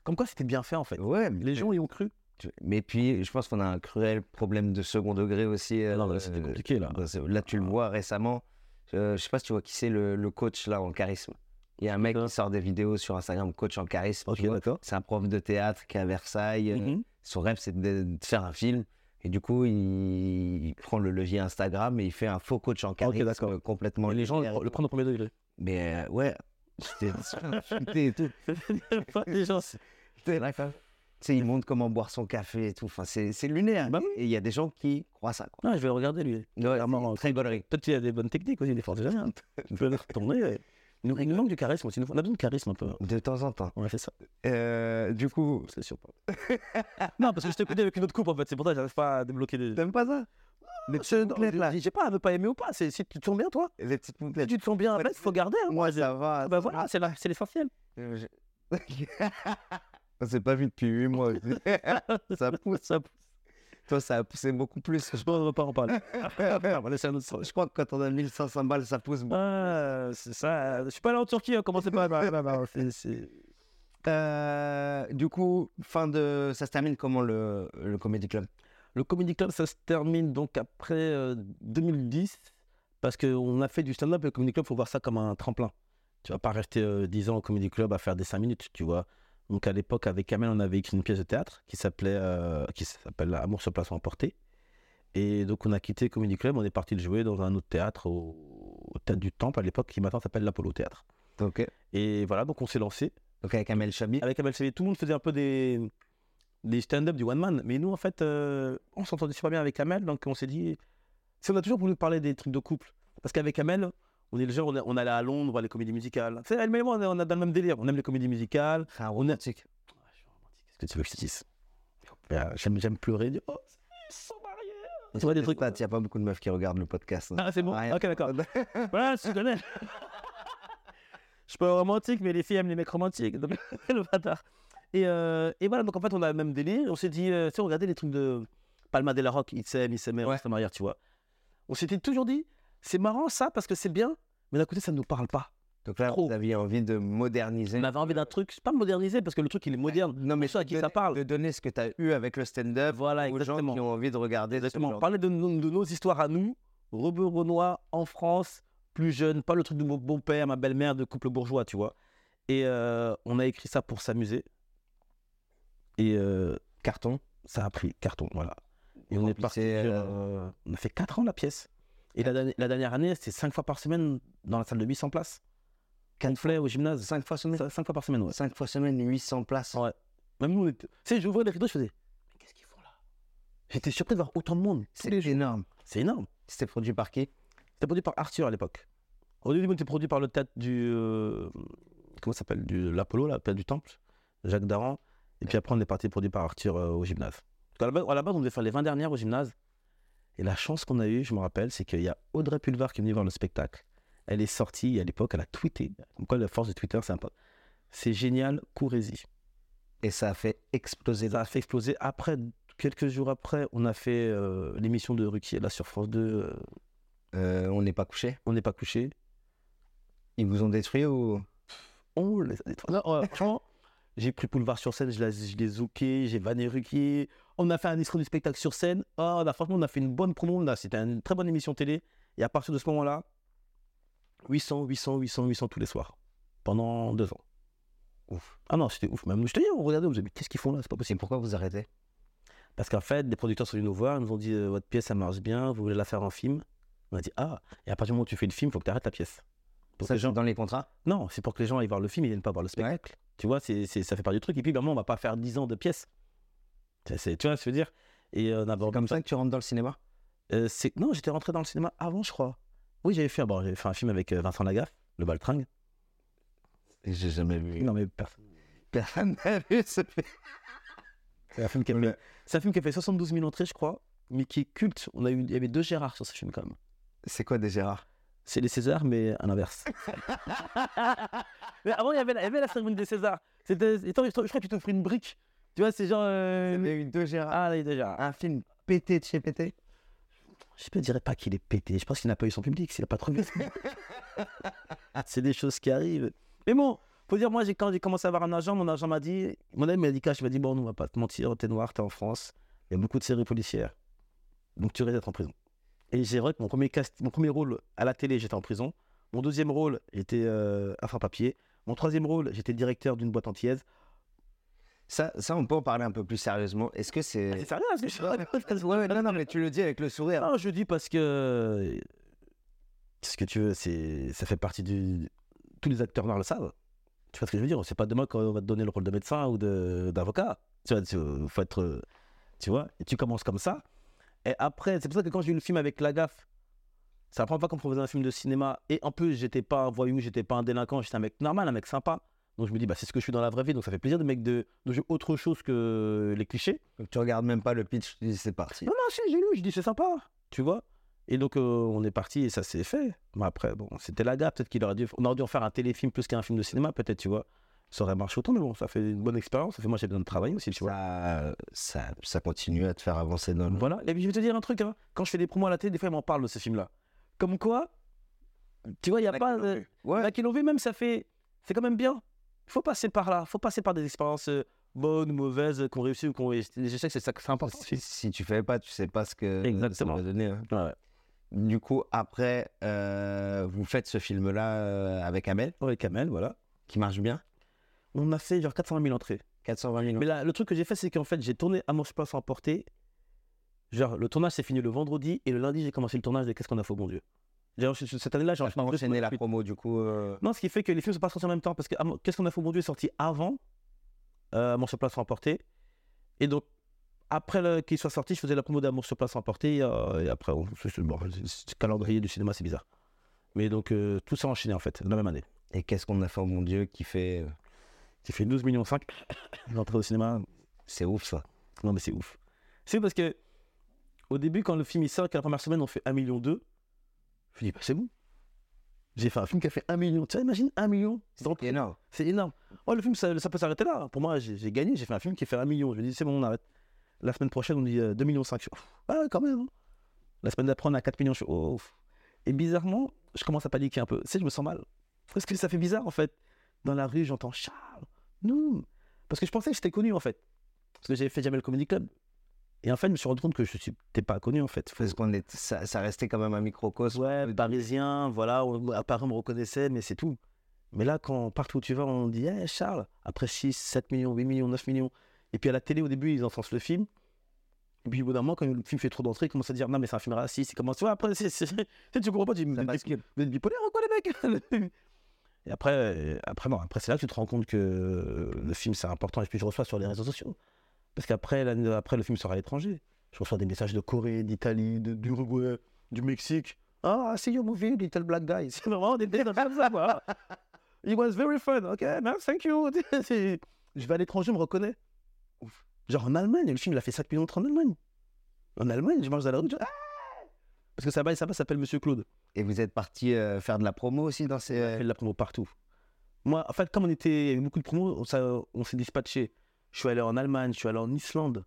[SPEAKER 1] Comme quoi c'était bien fait en fait.
[SPEAKER 2] Ouais, mais
[SPEAKER 1] Les gens y ont cru.
[SPEAKER 2] tu- Mais puis, je pense qu'on a un cruel problème de second degré aussi. euh,
[SPEAKER 1] Ah Non, mais c'était
[SPEAKER 2] euh,
[SPEAKER 1] compliqué là. Ah.
[SPEAKER 2] Bah, c'est- Là, tu le vois récemment. Euh, je sais pas si tu vois qui c'est le, le coach là en charisme. Il y a un mec qui sort des vidéos sur Instagram, coach en charisme. tu
[SPEAKER 1] Ok,
[SPEAKER 2] vois.
[SPEAKER 1] d'accord.
[SPEAKER 2] C'est un prof de théâtre qui est à Versailles. euh,
[SPEAKER 1] Mhm.
[SPEAKER 2] Son rêve, c'est de, de faire un film. Et du coup, il, il prend le levier Instagram et il fait un faux coach en charisme
[SPEAKER 1] Ah, d'accord.
[SPEAKER 2] euh, complètement.
[SPEAKER 1] Et les gens
[SPEAKER 2] linéaire
[SPEAKER 1] le,
[SPEAKER 2] et
[SPEAKER 1] le
[SPEAKER 2] tout.
[SPEAKER 1] prennent au premier degré.
[SPEAKER 2] Mais euh, ouais, J'étais insulté et tout.
[SPEAKER 1] les gens.
[SPEAKER 2] J'étais là, quoi. Tu sais, il montre comment boire son café et tout. Enfin, c'est c'est lunaire.
[SPEAKER 1] Bah
[SPEAKER 2] Et il y a des gens qui croient ça, quoi.
[SPEAKER 1] Non, je vais le regarder lui.
[SPEAKER 2] Ouais,
[SPEAKER 1] Clairement,
[SPEAKER 2] c'est très bonne règle.
[SPEAKER 1] Peut-être qu'il a des bonnes techniques aussi, il est fort déjà. Hein. Je peux le retourner. ouais. Il nous, il nous manque du charisme aussi. nous- On a besoin de charisme un peu.
[SPEAKER 2] De temps en temps.
[SPEAKER 1] On a fait ça,
[SPEAKER 2] Euh, du coup,
[SPEAKER 1] c'est sûr. non, parce que je t'écoutais avec une autre coupe en fait. C'est pour ça que j'arrive pas à débloquer des.
[SPEAKER 2] t'aimes pas ça Les petites bouclettes, là.
[SPEAKER 1] J'ai pas à ne pas aimer ou pas. C'est si tu te sens bien, toi.
[SPEAKER 2] Les petites
[SPEAKER 1] Si
[SPEAKER 2] bouclettes.
[SPEAKER 1] tu te sens bien avec, faut garder. hein.
[SPEAKER 2] Moi, ça va.
[SPEAKER 1] Ah Bah
[SPEAKER 2] ça
[SPEAKER 1] voilà, c'est la- c'est l'essentiel.
[SPEAKER 2] Euh, je- On s'est pas vu depuis 8 mois. ça pousse.
[SPEAKER 1] Ça,
[SPEAKER 2] Toi, ça a poussé beaucoup plus.
[SPEAKER 1] je pense qu'on va pas en parler.
[SPEAKER 2] Je
[SPEAKER 1] On va laisser un autre sens.
[SPEAKER 2] crois que quand on a 1500 balles, ça pousse.
[SPEAKER 1] Ah, c'est ça. Je suis pas allé en Turquie, hein, commencez pas. Non, non, non, c'est- c'est-
[SPEAKER 2] Euh, du coup, fin de... ça se termine comment le, le Comedy Club
[SPEAKER 1] Le Comedy Club, ça se termine donc après euh, 2010, parce qu'on a fait du stand-up et le Comedy Club, faut voir ça comme un tremplin. Tu vas pas rester euh, 10 ans au Comedy Club à faire des 5 minutes, tu vois. Donc à l'époque, avec Kamel, on avait écrit une pièce de théâtre qui s'appelait euh, qui s'appelle Amour sur place emporté. Et donc on a quitté le Comedy Club, on est parti le jouer dans un autre théâtre, au, au théâtre du Temple à l'époque, qui maintenant s'appelle l'Apollo Théâtre.
[SPEAKER 2] Ok.
[SPEAKER 1] Et voilà, donc on s'est lancé.
[SPEAKER 2] Donc avec Amel Chabi.
[SPEAKER 1] avec Amel Savé, tout le monde faisait un peu des, des stand-up, du one-man. Mais nous, en fait, euh, on s'entendait super bien avec Amel, donc on s'est dit. Si on a toujours voulu parler des trucs de couple. Parce qu'avec Amel, on est le genre, on, est- on allait à Londres voir les comédies musicales. Tu sais, elle et moi, on est- on est dans le même délire. On aime les comédies musicales.
[SPEAKER 2] C'est un romantique.
[SPEAKER 1] Qu'est-ce que tu veux que je te dise Ben, J'aime j'aime pleurer. dire, Oh, ils sont mariés. Tu vois des trucs.
[SPEAKER 2] Il n'y a pas beaucoup de meufs qui regardent le podcast. hein.
[SPEAKER 1] Ah, c'est bon.
[SPEAKER 2] Rien.
[SPEAKER 1] Ok, d'accord. Voilà, je connais. Je suis pas romantique, mais les filles aiment les mecs romantiques. Donc, le bâtard. Et, euh, et voilà, donc en fait, on a le même délire. On s'est dit, euh, tu sais, on regardait les trucs de Palma de la Rock, ils s'aiment, ils s'aiment,
[SPEAKER 2] Ouais.
[SPEAKER 1] ils se marièrent, tu vois. On s'était toujours dit, c'est marrant ça, parce que c'est bien, mais d'un côté, ça ne nous parle pas.
[SPEAKER 2] Donc là,
[SPEAKER 1] Trop.
[SPEAKER 2] vous aviez envie de moderniser.
[SPEAKER 1] On avait envie d'un truc, c'est pas modernisé, parce que le truc, il est moderne.
[SPEAKER 2] Non, mais
[SPEAKER 1] ceux à qui
[SPEAKER 2] de-
[SPEAKER 1] ça parle.
[SPEAKER 2] De donner ce que tu as eu avec le stand-up
[SPEAKER 1] Voilà,
[SPEAKER 2] aux gens qui
[SPEAKER 1] exactement.
[SPEAKER 2] ont envie de regarder. ce
[SPEAKER 1] Exactement.
[SPEAKER 2] genre
[SPEAKER 1] Parler de, nos- de nos histoires à nous, Robert Renoir en France, plus jeune, pas le truc de mon bon père, ma belle-mère, de couple bourgeois, tu vois. Et euh, on a écrit ça pour s'amuser. Et euh,
[SPEAKER 2] de Carton.
[SPEAKER 1] ça a pris carton, voilà. Et on est parti.
[SPEAKER 2] remplissez,
[SPEAKER 1] sur,
[SPEAKER 2] euh,
[SPEAKER 1] euh, on a fait 4 ans la pièce. Et la, dernière- la dernière année, c'était 5 fois par semaine dans la salle de 800 places. Canflay au gymnase.
[SPEAKER 2] 5 fois semaine
[SPEAKER 1] 5 fois par semaine, ouais.
[SPEAKER 2] 5 fois semaine, 800 places.
[SPEAKER 1] Ouais. Même nous, on était. Tu sais, j'ouvrais les rideaux, je faisais. Mais qu'est-ce qu'ils font là J'étais surpris de voir autant de monde.
[SPEAKER 2] C'est énorme.
[SPEAKER 1] C'est énorme.
[SPEAKER 2] C'était produit par qui
[SPEAKER 1] C'était produit par Arthur à l'époque. Au début, c'était produit par le tête du. euh, comment ça s'appelle du- L'Apollo, la place du Temple, Jacques Daran. Et puis après, on est parti produit par Arthur euh, au gymnase. Parce qu'à la base- à la base, on devait faire les 20 dernières au gymnase. Et la chance qu'on a eue, je me rappelle, c'est qu'il y a Audrey Pulvar qui est venue voir le spectacle. Elle est sortie et à l'époque, elle a tweeté. Comme quoi, la force de Twitter, c'est un peu. C'est génial, courez-y.
[SPEAKER 2] Et ça a fait exploser.
[SPEAKER 1] Ça a fait exploser. Après, quelques jours après, on a fait euh, l'émission de Ruquier, là, sur France 2, euh,
[SPEAKER 2] Euh, on n'est pas couché.
[SPEAKER 1] On n'est pas couché.
[SPEAKER 2] Ils vous ont détruit ou
[SPEAKER 1] on les a détruits. Non, euh, franchement, j'ai pris Poulevard sur scène, je l'ai, je l'ai zooké, j'ai vanné Ruquier. On a fait un extrait du spectacle sur scène. Ah, on a, franchement, on a fait une bonne promo. on a- C'était une très bonne émission télé. Et à partir de ce moment-là, 800, 800, 800, 800 tous les soirs. Pendant deux ans. Ouf. Ah non, c'était ouf. Même, je te dis, on regardait, on faisait, mais qu'est-ce qu'ils font là C'est pas
[SPEAKER 2] C'est
[SPEAKER 1] possible.
[SPEAKER 2] pourquoi vous arrêtez
[SPEAKER 1] Parce qu'en fait, des producteurs sont venus nous voir, ils nous ont dit, euh, votre pièce, ça marche bien, vous voulez la faire en film On a dit, ah, et à partir du moment où tu fais le film, il faut que tu arrêtes la pièce. Pour que
[SPEAKER 2] Ça,
[SPEAKER 1] les
[SPEAKER 2] c'est
[SPEAKER 1] gens-
[SPEAKER 2] dans les contrats
[SPEAKER 1] Non, c'est pour que les gens aillent voir le film, ils viennent pas voir le spectacle. Tu vois, c'est, c'est- ça fait part du truc. Et puis, ben, moi, on va pas faire 10 ans de pièces. Ça, c'est- tu vois ce que je veux dire Et euh, on aborde-
[SPEAKER 2] C'est comme ça que tu rentres dans le cinéma
[SPEAKER 1] Euh, c'est- Non, j'étais rentré dans le cinéma avant, je crois. Oui, j'avais fait, bon, j'avais fait un film avec euh, Vincent Lagaffe, Le Baltringue.
[SPEAKER 2] J'ai jamais vu.
[SPEAKER 1] Non, mais personne.
[SPEAKER 2] Personne n'a vu ce film.
[SPEAKER 1] C'est un film qui a fait, c'est un film qui a fait 72 000 entrées, je crois, mais qui est culte. On a eu... Il y avait deux Gérards sur ce film, quand même.
[SPEAKER 2] C'est quoi des Gérards
[SPEAKER 1] C'est les Césars, mais à l'inverse. mais avant, il y avait la, il y avait la cérémonie des Césars. C'était... et attends, je crois je crois que tu t'offres une brique. Tu vois, c'est genre. euh,
[SPEAKER 2] Il y a eu deux Gérards.
[SPEAKER 1] Ah, là, il y a deux Gérards.
[SPEAKER 2] Un film pété de chez pété.
[SPEAKER 1] Je ne dirais pas qu'il est pété. Je pense qu'il n'a pas eu son public. C'est pas trop bien. c'est des choses qui arrivent. Mais bon, faut dire, moi, j'ai- quand j'ai commencé à avoir un agent, mon agent m'a dit, mon ami m'a dit, Cash, il m'a dit, bon, on va pas te mentir, t'es noir, t'es en France. Il y a beaucoup de séries policières. Donc, tu risques d'être en prison. Et c'est vrai que mon premier, cast- mon premier rôle à la télé, j'étais en prison. Mon deuxième rôle, j'étais euh, affaire-papier. Mon troisième rôle, j'étais directeur d'une boîte antillaise.
[SPEAKER 2] Ça, ça, on peut en parler un peu plus sérieusement. Est-ce que
[SPEAKER 1] C'est
[SPEAKER 2] c'est.
[SPEAKER 1] sérieux, hein, ce que je
[SPEAKER 2] Ouais, ouais, non, non, mais tu le dis avec le sourire.
[SPEAKER 1] Non, je dis parce que ce que tu veux, c'est ça fait partie du, tous les acteurs noirs le savent. Tu vois ce que je veux dire C'est pas demain qu'on va te donner le rôle de médecin ou de- d'avocat. Tu vois, tu- faut être. euh, Tu vois Et tu commences comme ça. Et après, c'est pour ça que quand j'ai eu le film avec Lagaffe, c'est la première fois qu'on me proposait un film de cinéma. Et en plus, j'étais pas un voyou, j'étais pas un délinquant, j'étais un mec normal, un mec sympa. Donc je me dis, bah, c'est ce que je suis dans la vraie vie. Donc ça fait plaisir de mec de, de jouer autre chose que les clichés.
[SPEAKER 2] Donc, Ah. tu regardes même pas le pitch, tu dis c'est parti.
[SPEAKER 1] Non, non, si, j'ai lu, je dis c'est sympa, tu vois. Et donc, euh, on est parti et ça s'est fait. Mais après, bon, c'était la gare, peut-être qu'il aurait dû. On aurait dû en faire un téléfilm plus qu'un film de cinéma, peut-être, tu vois. Ça aurait marché autant, mais bon, ça fait une bonne expérience. Ça fait moi, j'ai besoin de travailler aussi, tu vois.
[SPEAKER 2] Ça, ça, ça continue à te faire avancer dans le.
[SPEAKER 1] Voilà. Et puis, je vais te dire un truc, hein. quand je fais des promos à la télé, des fois, ils m'en parlent de ce film-là. Comme quoi, tu vois, il n'y a pas. de-
[SPEAKER 2] Ouais.
[SPEAKER 1] La Kilovée, même, ça fait. C'est quand même bien. Il faut passer par là. Il faut passer par des expériences euh, bonnes, mauvaises, euh, qu'on réussit ou qu'on. réussit. Je sais que c'est ça que c'est important.
[SPEAKER 2] Si, si tu fais pas, tu sais pas ce que
[SPEAKER 1] Exactement.
[SPEAKER 2] ça va donner. hein.
[SPEAKER 1] Ouais.
[SPEAKER 2] Du coup, après, euh, vous faites ce film-là euh, avec Amel,
[SPEAKER 1] Ouais, Kamel, voilà.
[SPEAKER 2] qui marche bien.
[SPEAKER 1] On a fait genre 400 000 entrées.
[SPEAKER 2] 420 000
[SPEAKER 1] Mais là, le truc que j'ai fait, c'est qu'en fait, j'ai tourné Amour sur place emporté. Genre, le tournage s'est fini le vendredi et le lundi, j'ai commencé le tournage de Qu'est-ce qu'on a fait au bon Dieu. D'ailleurs, je- je- cette année-là, j'ai
[SPEAKER 2] T'as pas
[SPEAKER 1] enchaîné deux
[SPEAKER 2] enchaîné
[SPEAKER 1] semaines
[SPEAKER 2] la
[SPEAKER 1] de suite.
[SPEAKER 2] promo, du coup. euh,
[SPEAKER 1] Non, ce qui fait que les films sont pas sortis en même temps parce que Amour- Qu'est-ce qu'on a fait au bon Dieu est sorti avant euh, Amour sur place emporté. Et donc, après le- qu'il soit sorti, je faisais la promo d'Amour sur place emporté. euh, et après, on- c'est- c'est- bon, c'est- c'est- le calendrier du cinéma, c'est bizarre. Mais donc, euh, tout ça enchaîné en fait, dans la même année.
[SPEAKER 2] Et qu'est-ce qu'on a fait, oh mon Dieu, qui fait. euh,
[SPEAKER 1] J'ai fait 12 millions 5 d'entrées au cinéma,
[SPEAKER 2] C'est ouf, ça.
[SPEAKER 1] Non, mais c'est ouf. C'est parce que au début, quand le film il sort, qu'à la première semaine, on fait 1,2 million, je me dis, bah, c'est bon. J'ai fait un film qui a fait 1 million. Tu vois, imagine 1 million. c'est drôle.
[SPEAKER 2] énorme.
[SPEAKER 1] C'est énorme. Oh, le film, ça, ça peut s'arrêter là. Pour moi, j'ai j'ai gagné. J'ai fait un film qui fait 1 million. Je me dis, c'est bon, on arrête. La semaine prochaine, on dit euh, 2,5 millions. Je suis, ah, quand même. hein. La semaine d'après, on est à 4 millions. Je suis, oh. ouf. Et bizarrement, je commence à paniquer un peu. Tu sais, je me sens mal. Parce que ça fait bizarre, en fait. Dans la rue, j'entends Charles, nous. Parce que je pensais que j'étais connu, en fait. Parce que j'avais fait Jamel Comedy Club. Et en fait, je me suis rendu compte que je n'étais pas connu, en fait. Faut-
[SPEAKER 2] Parce qu'on est... ça, ça restait quand même un microcosme.
[SPEAKER 1] Ouais, parisien, voilà, on- à Paris on me reconnaissait, mais c'est tout. Mais là, quand partout où tu vas, on dit, hey, Charles, après 6, 7 millions, 8 millions, 9 millions. Et puis à la télé, au début, ils enfoncent le film. Et puis au bout d'un moment, quand le film fait trop d'entrées, ils commencent à dire, non, mais c'est un film raciste. Ils commencent, tu vois, après, c'est, c'est- tu sais, tu comprends pas, tu dis,
[SPEAKER 2] Ça
[SPEAKER 1] Mais-
[SPEAKER 2] bascule.
[SPEAKER 1] vous êtes bipolaire ou quoi, les mecs Et après, euh, après, non, après c'est là que tu te rends compte que euh, le film, c'est important. Et puis, je reçois sur les réseaux sociaux. Parce qu'après, l'année- après, le film sera à l'étranger. Je reçois des messages de Corée, d'Italie, de- d'Uruguay, du Mexique. Ah, c'est your movie, Little Black Guy. C'est vraiment des trucs comme ça, quoi. It was very fun. OK, man, thank you. C'est- je vais à l'étranger, je me reconnais. Ouf. Genre en Allemagne, le film, il a fait 5 millions 30 en Allemagne. En Allemagne, je mange dans la rue. je- Ah Parce que ça bas, ça bas s'appelle Monsieur Claude.
[SPEAKER 2] Et vous êtes parti euh, faire de la promo aussi dans ces. euh,
[SPEAKER 1] Elle fait de la promo partout. Moi, en fait, comme on était, il y avait beaucoup de promos, on, s'a- on s'est dispatché. Je suis allé en Allemagne, je suis allé en Islande.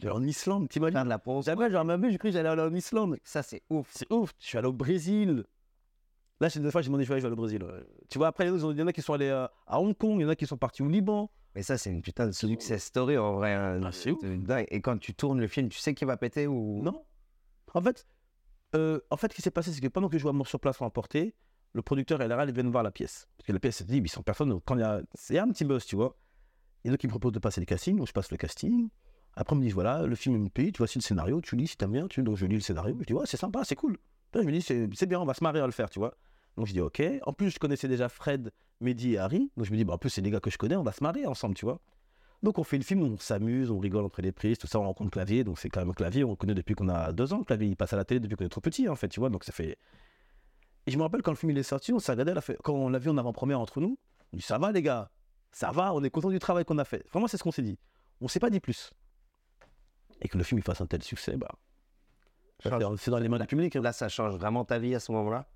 [SPEAKER 1] J'allais en Islande, t'imagines
[SPEAKER 2] Faire de la promo.
[SPEAKER 1] Jamais, genre, même j'ai cru que j'allais aller en Islande.
[SPEAKER 2] Ça, c'est ouf.
[SPEAKER 1] C'est ouf, je suis allé au Brésil. Là, c'est une fois, j'ai demandé, je vais aller au Brésil. ouais. Tu vois, après, les autres, il y en a qui sont allés euh, à Hong Kong, il y en a qui sont partis au Liban.
[SPEAKER 2] Mais ça, c'est une putain de success story en vrai. hein.
[SPEAKER 1] Ah, c'est ouf.
[SPEAKER 2] dingue. Et quand tu tournes le film, tu sais qu'il va péter ou.
[SPEAKER 1] Non. En fait, euh, en fait, ce qui s'est passé, c'est que pendant que je jouais à Mort sur place en emporté, le producteur et la réal, ils viennent voir la pièce. Parce que la pièce, c'est dit, mais sans personne, quand il y a... c'est un petit buzz, tu vois. Et donc, il me propose de passer le casting, donc je passe le casting. Après, on me dit, voilà, le film me paye, tu vois, c'est le scénario, tu lis si t'aimes bien, tu... donc je lis le scénario. Je dis, ouais, c'est sympa, c'est cool. Là, je me dis, c'est c'est bien, on va se marrer à le faire, tu vois. Donc, je dis, ok. En plus, je connaissais déjà Fred, Mehdi et Harry. Donc, je me dis, bah, en plus, c'est des gars que je connais, on va se marrer ensemble, tu vois. Donc on fait le film, on s'amuse, on rigole entre les prises, tout ça, on rencontre Clavier, donc c'est quand même Clavier, on le connaît depuis qu'on a deux ans, Clavier, il passe à la télé depuis qu'on est trop petit, en fait, tu vois, donc ça fait... Et je me rappelle quand le film il est sorti, on s'est regardé, on a fait- quand on l'a vu en avant-première entre nous, on dit ça va les gars, ça va, on est content du travail qu'on a fait. Vraiment c'est ce qu'on s'est dit, on s'est pas dit plus. Et que le film il fasse un tel succès, bah... ça,
[SPEAKER 2] Change-
[SPEAKER 1] C'est c'est dans les mains du public. hein.
[SPEAKER 2] Là, ça change vraiment ta vie à ce moment-là.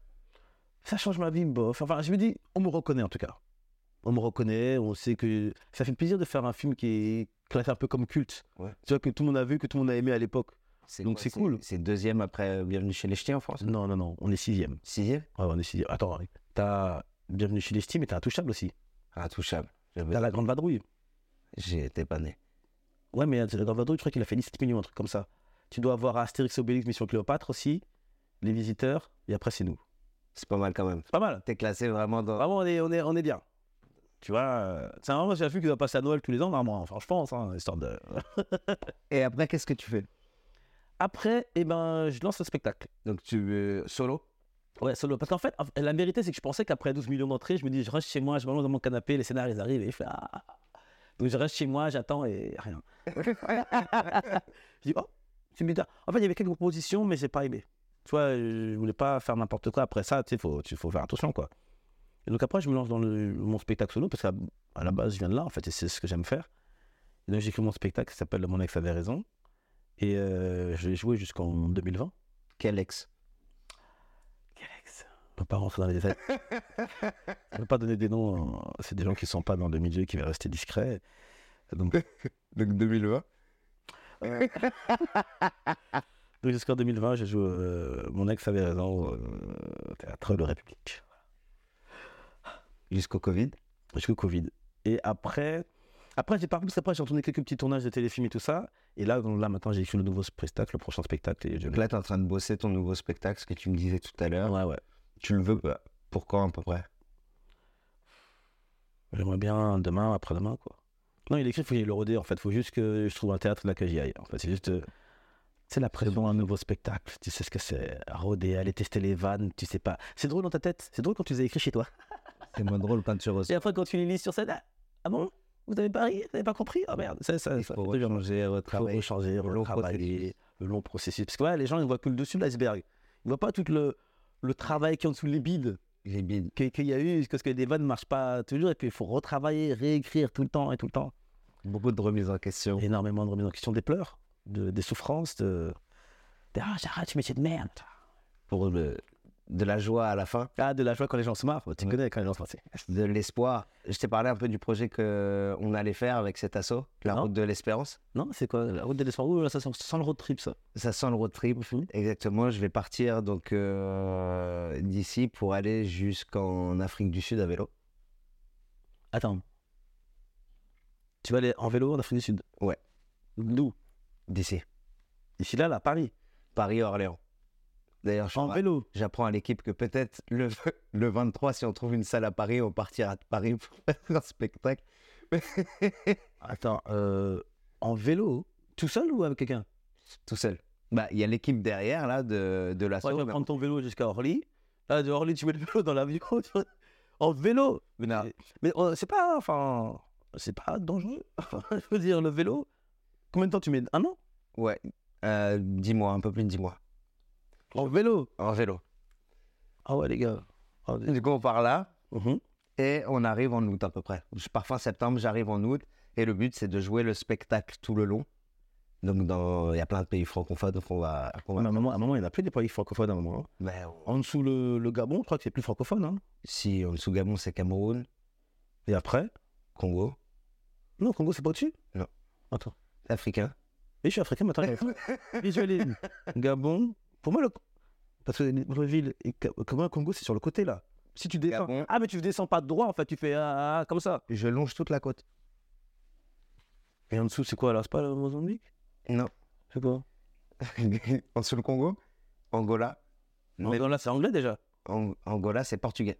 [SPEAKER 1] Ça change ma vie, bof. Enfin, je me dis, on me reconnaît en tout cas. On me reconnaît, on sait que ça fait plaisir de faire un film qui est classé un peu comme culte.
[SPEAKER 2] Ouais.
[SPEAKER 1] Tu vois, que tout le monde a vu, que tout le monde a aimé à l'époque. Donc,
[SPEAKER 2] quoi,
[SPEAKER 1] c'est cool. Mm.
[SPEAKER 2] C'est deuxième après euh, Bienvenue chez les Ch'tis en France.
[SPEAKER 1] Non, non, non, on est sixième.
[SPEAKER 2] Sixième
[SPEAKER 1] Ouais, on est sixième. Attends, t'as Bienvenue chez les Ch'tis, mais t'es intouchable aussi.
[SPEAKER 2] Intouchable. J'avais-
[SPEAKER 1] T'as La Grande Vadrouille.
[SPEAKER 2] J'étais pas né.
[SPEAKER 1] Ouais, mais euh, La Grande Vadrouille, je crois qu'il a fait 17 millions, un truc comme ça. Tu dois avoir Astérix, Obélix, Mission Cléopâtre aussi, Les Visiteurs, et après c'est nous.
[SPEAKER 2] C'est pas mal quand même.
[SPEAKER 1] C'est pas mal.
[SPEAKER 2] T'es classé vraiment dans.
[SPEAKER 1] Vraiment, on est, on est, on est bien. Tu vois, euh, c'est un moment, j'ai un film qui doit passer à Noël tous les ans, normalement. Enfin, je pense, hein, histoire de.
[SPEAKER 2] Et après, qu'est-ce que tu fais
[SPEAKER 1] Après, eh ben, je lance le spectacle.
[SPEAKER 2] Donc, tu. euh, solo
[SPEAKER 1] Ouais, solo. Parce qu'en fait, en- la vérité, c'est que je pensais qu'après 12 millions d'entrées, je me dis, je reste chez moi, je m'allonge dans mon canapé, les scénarios ils arrivent et je fais ah. Donc je reste chez moi, j'attends et rien. je dis, oh, c'est bizarre. En fait, il y avait quelques propositions, mais j'ai pas aimé. Tu vois, je voulais pas faire n'importe quoi après ça, tu sais, faut, tu- faut faire attention, quoi. Et donc après, je me lance dans le- mon spectacle solo, parce qu'à à la base, je viens de là, en fait, et c'est ce que j'aime faire. Et donc j'ai écrit mon spectacle qui s'appelle Mon ex avait raison. Et euh, je l'ai joué jusqu'en 2020.
[SPEAKER 2] Quel ex
[SPEAKER 1] Quel ex On peut pas rentrer dans les détails. On peut pas donner des noms. hein. C'est des gens qui sont pas dans le milieu, qui veulent rester discrets. Donc, donc
[SPEAKER 3] Donc 2020.
[SPEAKER 1] jusqu'en 2020, j'ai joué euh, Mon ex avait raison au euh, Théâtre de République.
[SPEAKER 2] jusqu'au Covid
[SPEAKER 1] Jusqu'au Covid. Et après, après j'ai pas parce qu'après j'ai retourné quelques petits tournages de téléfilms et tout ça. Et là, donc là maintenant, j'ai écrit le nouveau spectacle, le prochain spectacle. Et je...
[SPEAKER 2] Donc là, tu es en train de bosser ton nouveau spectacle, ce que tu me disais tout à l'heure.
[SPEAKER 1] Ouais, ouais.
[SPEAKER 2] Tu le veux bah, pour quand à peu près
[SPEAKER 1] J'aimerais bien demain, après-demain, quoi. Non, il écrit, faut que j'aille le rodé, en fait. Faut juste que je trouve un théâtre là que j'y aille. En fait, c'est juste. euh, C'est la pression un nouveau spectacle. Tu sais ce que c'est. Rodé, aller tester les vannes, tu sais pas. C'est drôle dans ta tête. C'est drôle quand tu les as écrits chez toi.
[SPEAKER 2] C'est moins drôle quand tu
[SPEAKER 1] Et
[SPEAKER 2] reçois.
[SPEAKER 1] après, quand tu les lis sur scène, ah, ah bon Vous avez pas ri Vous avez pas compris Oh merde. Ça, ça,
[SPEAKER 2] Il
[SPEAKER 1] ça
[SPEAKER 2] faut
[SPEAKER 1] fait toujours-
[SPEAKER 2] rechanger,
[SPEAKER 1] faut
[SPEAKER 2] retravailler.
[SPEAKER 1] rechanger,
[SPEAKER 2] long
[SPEAKER 1] retravailler, le long processus. Parce que ouais, les gens, ils voient que le dessus de l'iceberg. Ils voient pas tout le, le travail qui est en dessous des bides
[SPEAKER 2] J'ai bien.
[SPEAKER 1] que- qu'il y a eu, parce que les vannes ne marchent pas toujours, et puis il faut retravailler, réécrire tout le temps et tout le temps.
[SPEAKER 2] Beaucoup de remises en question.
[SPEAKER 1] Énormément de remises en question des pleurs, de- des souffrances, de. de, ah, j'arrête ce métier de merde.
[SPEAKER 2] Pour le- de la joie à la fin,
[SPEAKER 1] Ah, de la joie quand les gens se marrent, tu
[SPEAKER 2] Ouais.
[SPEAKER 1] connais quand les gens se marrent. c'est-
[SPEAKER 2] de l'espoir. Je t'ai parlé un peu du projet qu'on allait faire avec cet assaut, la
[SPEAKER 1] Non.
[SPEAKER 2] route de l'espérance.
[SPEAKER 1] Non, c'est quoi La route de l'espoir Ouh, là, ça sent, ça sent le road trip, ça.
[SPEAKER 2] Ça sent le road trip. Exactement, je vais partir donc euh, d'ici pour aller jusqu'en Afrique du Sud à vélo.
[SPEAKER 1] Attends. Tu vas aller en vélo en Afrique du Sud
[SPEAKER 2] Ouais.
[SPEAKER 1] D'où
[SPEAKER 2] D'ici.
[SPEAKER 1] Ici, là, là, à Paris.
[SPEAKER 2] Paris-Orléans. D'ailleurs, je
[SPEAKER 1] En
[SPEAKER 2] ra-
[SPEAKER 1] vélo.
[SPEAKER 2] j'apprends à l'équipe que peut-être le, le 23, si on trouve une salle à Paris, on partira de Paris pour faire un spectacle.
[SPEAKER 1] Attends, euh, en vélo Tout seul ou avec quelqu'un
[SPEAKER 2] tout seul. Bah, il y a l'équipe derrière là de, de la
[SPEAKER 1] Ouais, tu vas prendre ton vélo jusqu'à Orly. Là, de Orly, tu mets le vélo dans l'avion. tu vois. En vélo
[SPEAKER 2] Mais non,
[SPEAKER 1] Mais euh, c'est pas, enfin, c'est pas dangereux. je veux dire, le vélo, combien de temps tu mets Un an
[SPEAKER 2] ouais, euh, dix mois, un peu plus de dix mois
[SPEAKER 1] En vélo
[SPEAKER 2] en vélo.
[SPEAKER 1] Ah ouais, les gars. Ah, des-
[SPEAKER 2] Du coup, on part là
[SPEAKER 1] Mhm.
[SPEAKER 2] et on arrive en août à peu près. Je pars fin septembre, j'arrive en août et le but c'est de jouer le spectacle tout le long. Donc, dans- il y a plein de pays francophones, donc on va. qu'on va-
[SPEAKER 1] Mais à un moment, à un moment, il n'y en a plus des pays francophones à un moment. hein.
[SPEAKER 2] Mais on-
[SPEAKER 1] En dessous le, le Gabon, je crois que c'est plus francophone. hein.
[SPEAKER 2] si on dessous Gabon, c'est Cameroun,
[SPEAKER 1] Et après
[SPEAKER 2] Congo,
[SPEAKER 1] Non, Congo, c'est pas au-dessus
[SPEAKER 2] Non.
[SPEAKER 1] Attends.
[SPEAKER 2] africain.
[SPEAKER 1] Et je suis africain maintenant. Visualise. Gabon. Pour moi, le. Parce que Libreville et Ka- comment le Congo, c'est sur le côté là. Si tu descends.
[SPEAKER 2] Gabon.
[SPEAKER 1] Ah, mais tu descends pas droit en fait, tu fais ah, ah, comme ça.
[SPEAKER 2] Je longe toute la côte.
[SPEAKER 1] Et en dessous, c'est quoi là C'est pas le Mozambique
[SPEAKER 2] Non.
[SPEAKER 1] C'est quoi
[SPEAKER 2] en dessous le Congo, Angola.
[SPEAKER 1] Non,
[SPEAKER 2] Mais-
[SPEAKER 1] non, là, c'est anglais déjà.
[SPEAKER 2] Ang- Angola, c'est portugais.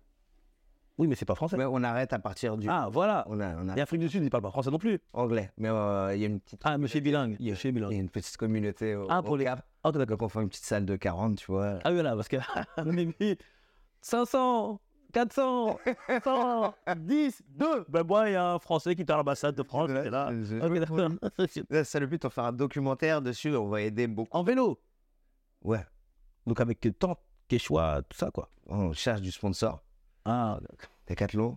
[SPEAKER 1] Oui, mais c'est pas français.
[SPEAKER 2] Mais on arrête à partir du.
[SPEAKER 1] Ah, voilà.
[SPEAKER 2] On a, on a
[SPEAKER 1] Et Afrique du Sud, ils parlent pas français non plus.
[SPEAKER 2] anglais, mais euh, il y a une petite,
[SPEAKER 1] Ah, monsieur bilingue.
[SPEAKER 2] Il y a-
[SPEAKER 1] Monsieur
[SPEAKER 2] il y
[SPEAKER 1] bilingue.
[SPEAKER 2] a une petite communauté au,
[SPEAKER 1] Ah, pour
[SPEAKER 2] au
[SPEAKER 1] les-
[SPEAKER 2] Cap.
[SPEAKER 1] Ah, ok, d'accord.
[SPEAKER 2] Donc on fait une petite salle de 40, tu vois.
[SPEAKER 1] Ah oui, là, parce que. on est mis 500, 400, 100, 10, 2. Ben, moi, il y a un français qui est à l'ambassade de France,
[SPEAKER 2] Là,
[SPEAKER 1] Oh, c'est là. Ah,
[SPEAKER 2] je-
[SPEAKER 1] Ok, d'accord.
[SPEAKER 2] Là, c'est le but, on fait un documentaire dessus, on va aider beaucoup.
[SPEAKER 1] En vélo.
[SPEAKER 2] Ouais,
[SPEAKER 1] Donc, avec tente, quechua, tout ça, quoi.
[SPEAKER 2] on cherche du sponsor.
[SPEAKER 1] Ah,
[SPEAKER 2] Decathlon.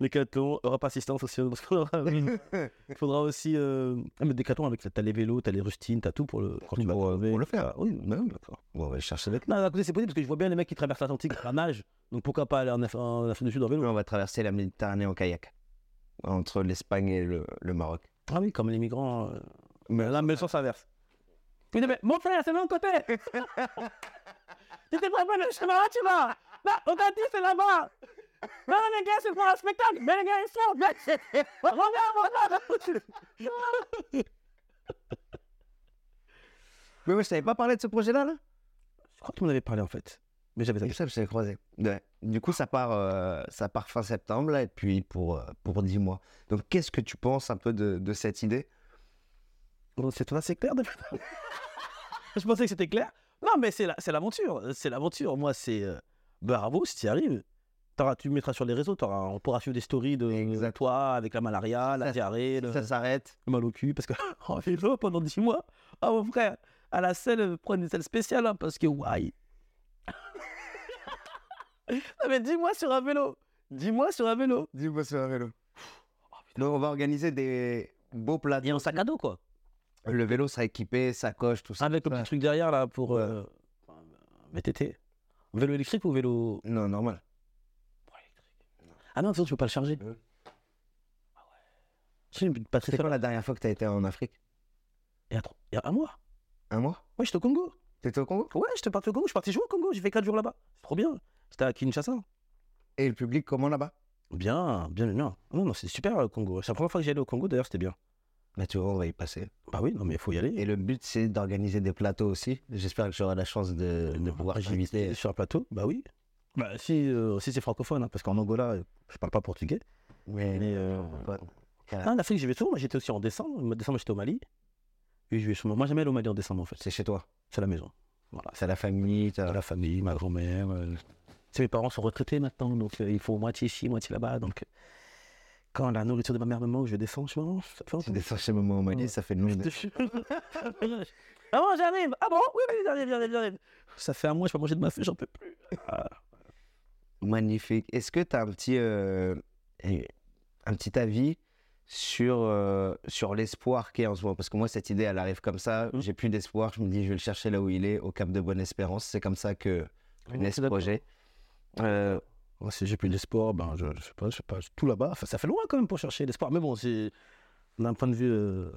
[SPEAKER 1] Décathlon, Europe Assistance aussi. parce qu'on aura- Il faudra aussi. euh, Ah, mais Décathlon, avec t'as les vélos, t'as les rustines, t'as tout pour le. Quand tu vas
[SPEAKER 2] pour,
[SPEAKER 1] crever.
[SPEAKER 2] pour le hein. faire.
[SPEAKER 1] Oui, même, d'accord.
[SPEAKER 2] Bon, on va le chercher avec
[SPEAKER 1] Non, d'un côté, c'est possible parce que je vois bien les mecs qui traversent l'Atlantique à la nage. Donc pourquoi pas aller en, Af- en Afrique du Sud en
[SPEAKER 2] nous.
[SPEAKER 1] vélo
[SPEAKER 2] On va traverser la Méditerranée en kayak. Entre l'Espagne et le, le Maroc.
[SPEAKER 1] Ah oui, comme les migrants. euh, Mais là, mais le sens inverse. Oui, mais mon frère, c'est l'autre côté Tu t'es pas le chemin là, tu vas Là, on t'a dit, c'est là-bas Non, les gars, c'est pour un spectacle Mais les gars, ils sont mais- Regarde, regarde
[SPEAKER 2] Mais ouais, je t'avais pas parlé de ce projet-là, là
[SPEAKER 1] Je crois que tu m'en avais parlé en fait. Mais j'avais
[SPEAKER 2] Comme ça, je t'avais croisé. Ouais. Du coup, ça part, euh, ça part fin septembre, là, et puis pour, euh, pour 10 mois. Donc, qu'est-ce que tu penses un peu de, de cette idée
[SPEAKER 1] Bon, C'est toi, c'est clair depuis Je pensais que c'était clair. Non, mais c'est la- c'est l'aventure. C'est l'aventure. Moi, c'est euh, bravo si tu y arrives. T'auras- tu mettras sur les réseaux, t'auras- on pourra suivre des stories de
[SPEAKER 2] Exact.
[SPEAKER 1] toi avec la malaria, la
[SPEAKER 2] Ça-
[SPEAKER 1] diarrhée, le,
[SPEAKER 2] Ça s'arrête.
[SPEAKER 1] le mal au cul, parce que en vélo pendant 10 mois, ah mon frère, à la selle, euh, prends une selle spéciale, hein, parce que waouh. non, mais dis-moi sur un vélo. Dis-moi sur un vélo.
[SPEAKER 2] Dis-moi sur un vélo. Donc, on va organiser des beaux plats.
[SPEAKER 1] Et en sac à dos, quoi.
[SPEAKER 2] Le vélo sera équipé, sacoche, tout ça.
[SPEAKER 1] Avec le
[SPEAKER 2] Ouais.
[SPEAKER 1] petit truc derrière, là, pour.
[SPEAKER 2] Ouais.
[SPEAKER 1] euh, VTT. Vélo électrique ou vélo.
[SPEAKER 2] Non, normal.
[SPEAKER 1] Ah non, sinon, tu peux pas le charger.
[SPEAKER 2] Ouais.
[SPEAKER 1] Ah ouais. Tu sais, une batterie
[SPEAKER 2] C'est
[SPEAKER 1] solaire.
[SPEAKER 2] quand la dernière fois que t'as été en Afrique
[SPEAKER 1] Il y a trois- il y a un mois.
[SPEAKER 2] Un mois
[SPEAKER 1] Ouais, j'étais au Congo.
[SPEAKER 2] T'étais au Congo
[SPEAKER 1] Ouais, j'étais parti au Congo. Je suis parti jouer au Congo. J'ai fait 4 jours là-bas. C'est trop bien. C'était à Kinshasa.
[SPEAKER 2] Et le public, comment là-bas
[SPEAKER 1] Bien, bien, bien, bien. Non, non, c'est super le Congo. C'est la première fois que j'allais au Congo, d'ailleurs, c'était bien.
[SPEAKER 2] Bah, tu vois, on va y passer.
[SPEAKER 1] Bah oui, non, mais il faut y aller.
[SPEAKER 2] Et le but, c'est d'organiser des plateaux aussi. J'espère que j'aurai la chance
[SPEAKER 1] euh,
[SPEAKER 2] de, de pouvoir
[SPEAKER 1] J'ai-
[SPEAKER 2] t'inviter.
[SPEAKER 1] Sur un plateau, bah oui. Bah si, euh, si c'est francophone, hein, parce qu'en Angola, euh, je parle pas portugais.
[SPEAKER 2] Mais,
[SPEAKER 1] Mais, euh,
[SPEAKER 2] ouais.
[SPEAKER 1] Ah, en Afrique, j'y vais souvent. Moi, j'étais aussi en décembre. En décembre, j'étais au Mali. Et je vais souvent. Moi, jamais aller au Mali en décembre, en fait.
[SPEAKER 2] c'est chez toi.
[SPEAKER 1] C'est la maison. Voilà.
[SPEAKER 2] C'est la famille. t'as-
[SPEAKER 1] C'est Ah, la famille, ma grand-mère. euh, tu sais, mes parents sont retraités maintenant, donc euh, il faut moitié ici, moitié là-bas. Donc, euh, quand la nourriture de ma mère me manque, je descends, je mange. Ça fait
[SPEAKER 2] Tu
[SPEAKER 1] longtemps.
[SPEAKER 2] descends chez maman au Mali,
[SPEAKER 1] Ouais.
[SPEAKER 2] ça fait le nom de...
[SPEAKER 1] Maman, j'arrive. Ah bon Oui, oui, j'arrive, j'arrive, j'arrive. Ça fait un mois, je peux pas manger de ma feuille, j'en peux plus.
[SPEAKER 2] Magnifique. Est-ce que tu as un petit, euh, eh, un petit avis sur, euh, sur l'espoir qu'est en ce moment Parce que moi, cette idée, elle arrive comme ça.
[SPEAKER 1] Mhm.
[SPEAKER 2] J'ai plus d'espoir. Je me dis, je vais le chercher là où il est, au Cap de Bonne-Espérance. C'est comme ça que naît ce projet. Euh,
[SPEAKER 1] Moi, si j'ai plus d'espoir, ben, je, je sais pas, je sais pas, tout là-bas. Enfin, ça fait loin quand même pour chercher l'espoir. Mais bon, c'est d'un point de vue euh,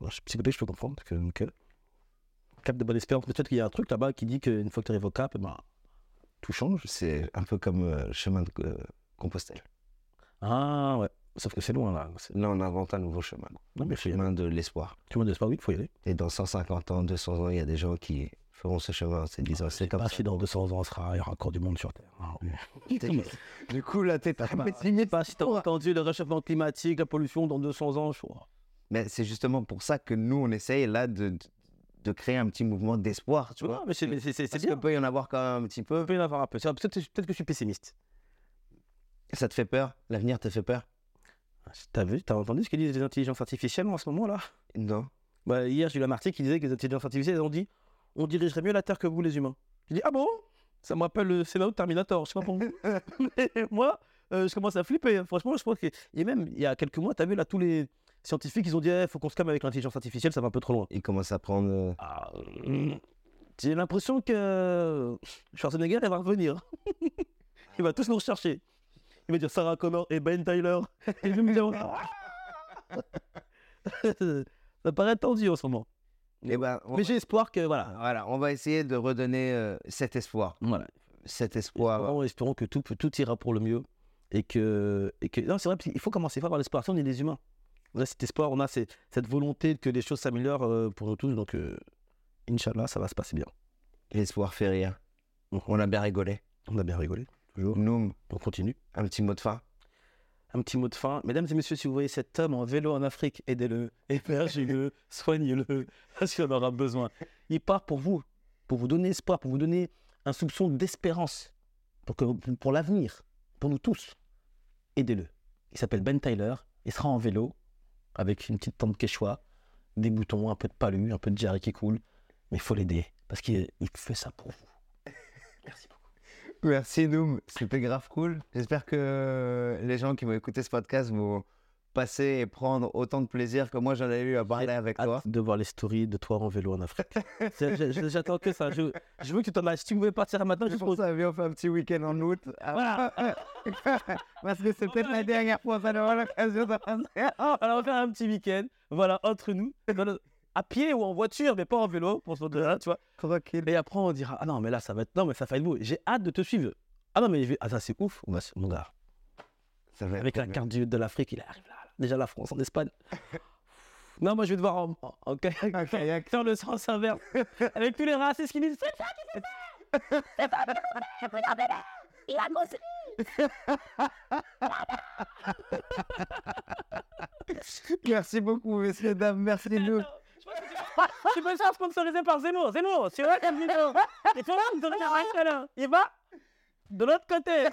[SPEAKER 1] moi, je suis psychologique, je peux comprendre. parce Que, nickel. Cap de bonne espérance. Peut-être qu'il y a un truc là-bas qui dit qu'une fois que tu arrives au cap, eh ben, tout change.
[SPEAKER 2] c'est un peu comme euh, le chemin de euh, Compostelle.
[SPEAKER 1] Ah ouais. Sauf que c'est loin là. C'est-
[SPEAKER 2] Là, on invente un nouveau chemin.
[SPEAKER 1] Non, mais
[SPEAKER 2] Le
[SPEAKER 1] faut y aller.
[SPEAKER 2] chemin de l'espoir.
[SPEAKER 1] Tu vois, d'espoir, oui, il faut y aller.
[SPEAKER 2] Et dans 150 ans, 200 ans, il y a des gens qui feront ce chemin en se disant, c'est comme
[SPEAKER 1] Ah,
[SPEAKER 2] ça.
[SPEAKER 1] si dans 200 ans, on sera, il y aura encore du monde sur Terre. Ah, oui.
[SPEAKER 2] Du coup, là, t'es très
[SPEAKER 1] bah,
[SPEAKER 2] pessimiste.
[SPEAKER 1] pas si t'as entendu le réchauffement climatique, la pollution dans 200 ans, je crois.
[SPEAKER 2] Mais c'est justement pour ça que nous, on essaye là de, de- de créer un petit mouvement d'espoir, tu
[SPEAKER 1] Tu vois,
[SPEAKER 2] vois.
[SPEAKER 1] mais c'est mais c'est- c'est- c'est
[SPEAKER 2] Parce qu'il
[SPEAKER 1] bien.
[SPEAKER 2] peut y en avoir quand même un petit peu.
[SPEAKER 1] Il peut y en avoir un peu. C'est- Peut-être peut-être que je suis pessimiste.
[SPEAKER 2] Ça te fait peur L'avenir te fait peur
[SPEAKER 1] T'as vu, t'as entendu ce que disent les intelligences artificielles en ce moment là
[SPEAKER 2] Non.
[SPEAKER 1] bah, Hier, j'ai lu un article qui disait que les intelligences artificielles elles ont dit on dirigerait mieux la Terre que vous les humains. J'ai dit ah bon Ça me rappelle le scénario de Terminator, je sais pas pour vous. Mais Moi, euh, je commence à flipper. hein. Franchement, je pense que. Et même, il y a quelques mois, t'as vu là tous les scientifiques, ils ont dit il faut qu'on se calme avec l'intelligence artificielle, ça va un peu trop loin.
[SPEAKER 2] Il commence à prendre. euh,
[SPEAKER 1] Ah, mm. J'ai l'impression que Schwarzenegger, elle va revenir. il va tous nous rechercher. Il va dire Sarah Connor et Ben Tyler. Et je vais me dire. Ça paraît tendu en ce moment.
[SPEAKER 2] Eh ben, on...
[SPEAKER 1] Mais j'ai espoir que, voilà.
[SPEAKER 2] voilà, on va essayer de redonner euh, cet espoir.
[SPEAKER 1] voilà.
[SPEAKER 2] Cet espoir.
[SPEAKER 1] Espérons, espérons que tout, peut- tout ira pour le mieux. Et que. Et que... Non, c'est vrai, il faut commencer par avoir l'espoir. Si on est des humains. On a cet espoir, on a ces- cette volonté que les choses s'améliorent euh, pour nous tous. Donc, euh, Inch'Allah, ça va se passer bien.
[SPEAKER 2] L'espoir fait rire.
[SPEAKER 1] Mhm.
[SPEAKER 2] On a bien rigolé.
[SPEAKER 1] On a bien rigolé. Toujours.
[SPEAKER 2] Noum,
[SPEAKER 1] On continue.
[SPEAKER 2] un petit mot de fin.
[SPEAKER 1] Un petit mot de fin. Mesdames et messieurs, si vous voyez cet homme en vélo en Afrique, aidez-le, hébergez-le, soignez-le, parce qu'il en aura besoin. Il part pour vous, pour vous donner espoir, pour vous donner un soupçon d'espérance, pour, que, pour l'avenir, pour nous tous. Aidez-le. Il s'appelle Ben Tyler, il sera en vélo, avec une petite tente quechua, des boutons, un peu de palu, un peu de diarrhée qui coule. Mais il faut l'aider, parce qu'il il fait ça pour vous. Merci beaucoup.
[SPEAKER 2] Merci Noum, c'était grave cool. J'espère que euh, les gens qui vont écouter ce podcast vont passer et prendre autant de plaisir que moi j'en ai eu à parler avec toi.
[SPEAKER 1] Hâte de voir les stories de toi en vélo en Afrique. C'est- je- je- J'attends que ça. Je, je veux que tu t'en ailles. Si tu pouvais partir maintenant,
[SPEAKER 2] C'est
[SPEAKER 1] juste pour...
[SPEAKER 2] pour ça, viens, on fait un petit week-end en août. Ah,
[SPEAKER 1] Voilà.
[SPEAKER 2] Parce que c'est peut-être la dernière fois, ça aura l'occasion de passer.
[SPEAKER 1] Alors, on va faire un petit week-end. Voilà, entre nous. dans le- À pied ou en voiture, mais pas en vélo, pour se rendre là, tu vois.
[SPEAKER 2] Tranquille.
[SPEAKER 1] Et après, on dira Ah non, mais là, ça va être. Non, mais ça va être beau. J'ai hâte de te suivre. Ah non, mais je vais- ah, ça, c'est ouf. On va se- Mon gars,
[SPEAKER 2] Ça va être
[SPEAKER 1] avec la
[SPEAKER 2] bien.
[SPEAKER 1] carte du- de l'Afrique, il arrive là, là. Déjà, la France, en Espagne. Non, moi, je vais devoir en, en, en kayak,
[SPEAKER 2] Un kayak.
[SPEAKER 1] dans le sens inverse. Avec tous les racistes qui disent
[SPEAKER 2] Merci beaucoup, messieurs, dames. Merci, Noum.
[SPEAKER 1] Je
[SPEAKER 3] tu vois ce que je veux dire Tu peux le faire sponsoriser par Zeno. Zeno, c'est vrai qu'il Et toi, il donne la raclette, hein. Il va de l'autre côté.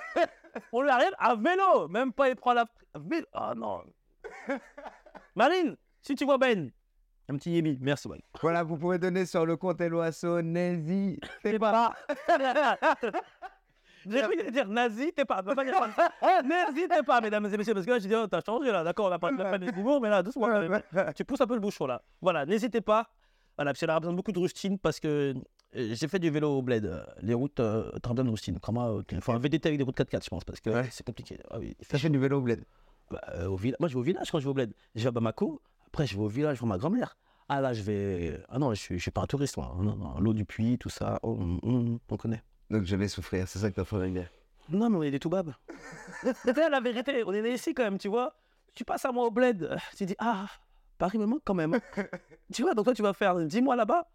[SPEAKER 3] On lui arrive à vélo. Même pas, il prend la. Vélo. Oh non. Marine, si tu vois Ben, un petit yébi. Merci, Ben.
[SPEAKER 2] Voilà, vous pouvez donner sur le compte Eloasso, n'hésitez pas.
[SPEAKER 3] J'ai cru dire nazi, t'es pas. pas dire ça. nazi, t'es pas, mesdames et messieurs, parce que là, j'ai dit, oh, t'as changé là, d'accord, on a pas on a pas des humours, mais là, doucement. quand même.
[SPEAKER 1] Ah,
[SPEAKER 3] Tu pousses un peu le bouchon là. Voilà, n'hésitez pas. Voilà, parce qu'on aura besoin de beaucoup de rustine parce que euh, j'ai fait du vélo au bled. euh, Les routes, euh, t'as besoin de rustine. Comment euh, Il faut un VDT avec des routes 4x4, je pense, parce que
[SPEAKER 2] Ouais.
[SPEAKER 3] c'est compliqué. Ah oui, il fait
[SPEAKER 2] Ça fait du vélo au bled.
[SPEAKER 1] Bah, euh, au village. Moi, je vais au village quand je vais au bled. Je vais à Bamako, après, je vais au village voir ma grand-mère. Ah là, je vais. Ah non, je suis, je suis pas un touriste, moi. Non, non, L'eau du puits, tout ça. Oh, mm, mm, on connaît.
[SPEAKER 2] Donc je vais souffrir, c'est ça que t'as fait bien.
[SPEAKER 1] Non, mais on est des toubabs.
[SPEAKER 3] C'était la vérité, on est né ici quand même, tu vois. Tu passes un mois au bled, euh, tu dis, ah, Paris me manque quand même. tu vois, donc toi, tu vas faire 10 mois là-bas.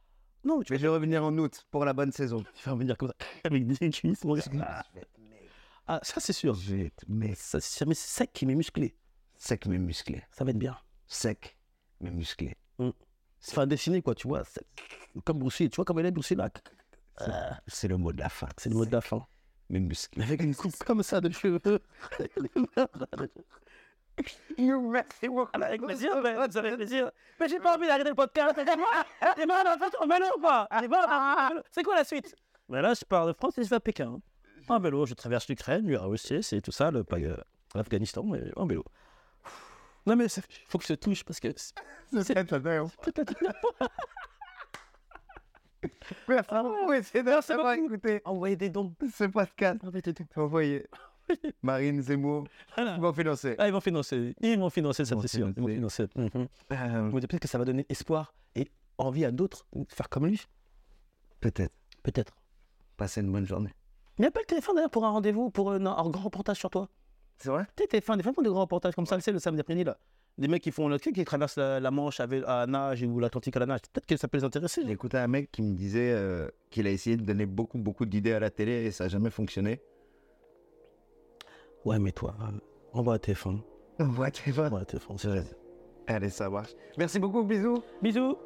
[SPEAKER 3] Non, tu
[SPEAKER 2] Je vais revenir en août pour la bonne saison.
[SPEAKER 1] Tu vas venir comme ça, avec des cuisses, mon gars. Ah,
[SPEAKER 2] Je vais être mec.
[SPEAKER 1] Ah, ça, c'est sûr.
[SPEAKER 2] Je vais être mec.
[SPEAKER 1] Ça, c'est sûr, mais c'est sec, mais musclé.
[SPEAKER 2] Sec mais musclé.
[SPEAKER 1] Ça va être bien.
[SPEAKER 2] Sec mais musclé.
[SPEAKER 1] Enfin, dessiné, quoi, tu vois. c'est- Comme Bruce Lee. Tu vois, comme elle est Bruce Lee, là. Euh,
[SPEAKER 2] C'est le mot de la fin.
[SPEAKER 1] c'est le mot de la fin.
[SPEAKER 2] Mais musclé.
[SPEAKER 1] Mais avec une coupe comme ça de cheveux.
[SPEAKER 2] Merci beaucoup.
[SPEAKER 3] Ah bah, avec plaisir, mais ça fait plaisir. Mais j'ai pas envie d'arrêter le podcast. Et moi, on va en vélo ou pas Allez, bon, ah, vélo. C'est quoi la suite Mais là, je pars de France et je vais à Pékin.
[SPEAKER 1] en vélo, je traverse l'Ukraine, la Russie, c'est tout ça, le pa- euh, l'Afghanistan, mais en vélo. Non, mais il faut que je touche parce que. c'est-
[SPEAKER 2] Merci beaucoup. et C'est d'avoir
[SPEAKER 3] beaucoup.
[SPEAKER 2] écouté
[SPEAKER 3] Envoyez des dons.
[SPEAKER 2] ce podcast.
[SPEAKER 3] Envoyez des dons.
[SPEAKER 2] Envoyez. Marine Zemmour,
[SPEAKER 3] Voilà.
[SPEAKER 2] bon financer.
[SPEAKER 1] Ah, ils vont financer. Ils vont financer, ça,
[SPEAKER 2] Ils vont
[SPEAKER 1] c'est sûr. Ils vont financer. Mhm.
[SPEAKER 2] Euh,
[SPEAKER 1] Je me dis peut-être que ça va donner espoir et envie à d'autres de faire comme lui.
[SPEAKER 2] Peut-être.
[SPEAKER 1] Peut-être.
[SPEAKER 2] Passez une bonne journée.
[SPEAKER 1] Mais appelle le téléphone d'ailleurs pour un rendez-vous, pour euh, un, un grand reportage sur toi.
[SPEAKER 2] C'est vrai
[SPEAKER 1] Tu sais, téléphones, des fois, ils font des grands reportages comme ça, tu sais, le samedi après-midi, là. Des mecs qui font le truc, qui traversent la, la Manche à, vé- à nage ou l'Atlantique à la nage. Peut-être que ça peut les intéresser.
[SPEAKER 2] J'ai écouté un mec qui me disait euh, qu'il a essayé de donner beaucoup, beaucoup d'idées à la télé et ça n'a jamais fonctionné.
[SPEAKER 1] Ouais, mais toi, euh, envoie un téléphone.
[SPEAKER 2] Ouais, t'es bon.
[SPEAKER 1] Envoie un téléphone, c'est
[SPEAKER 2] Allez, ça marche. Merci beaucoup, bisous.
[SPEAKER 3] Bisous.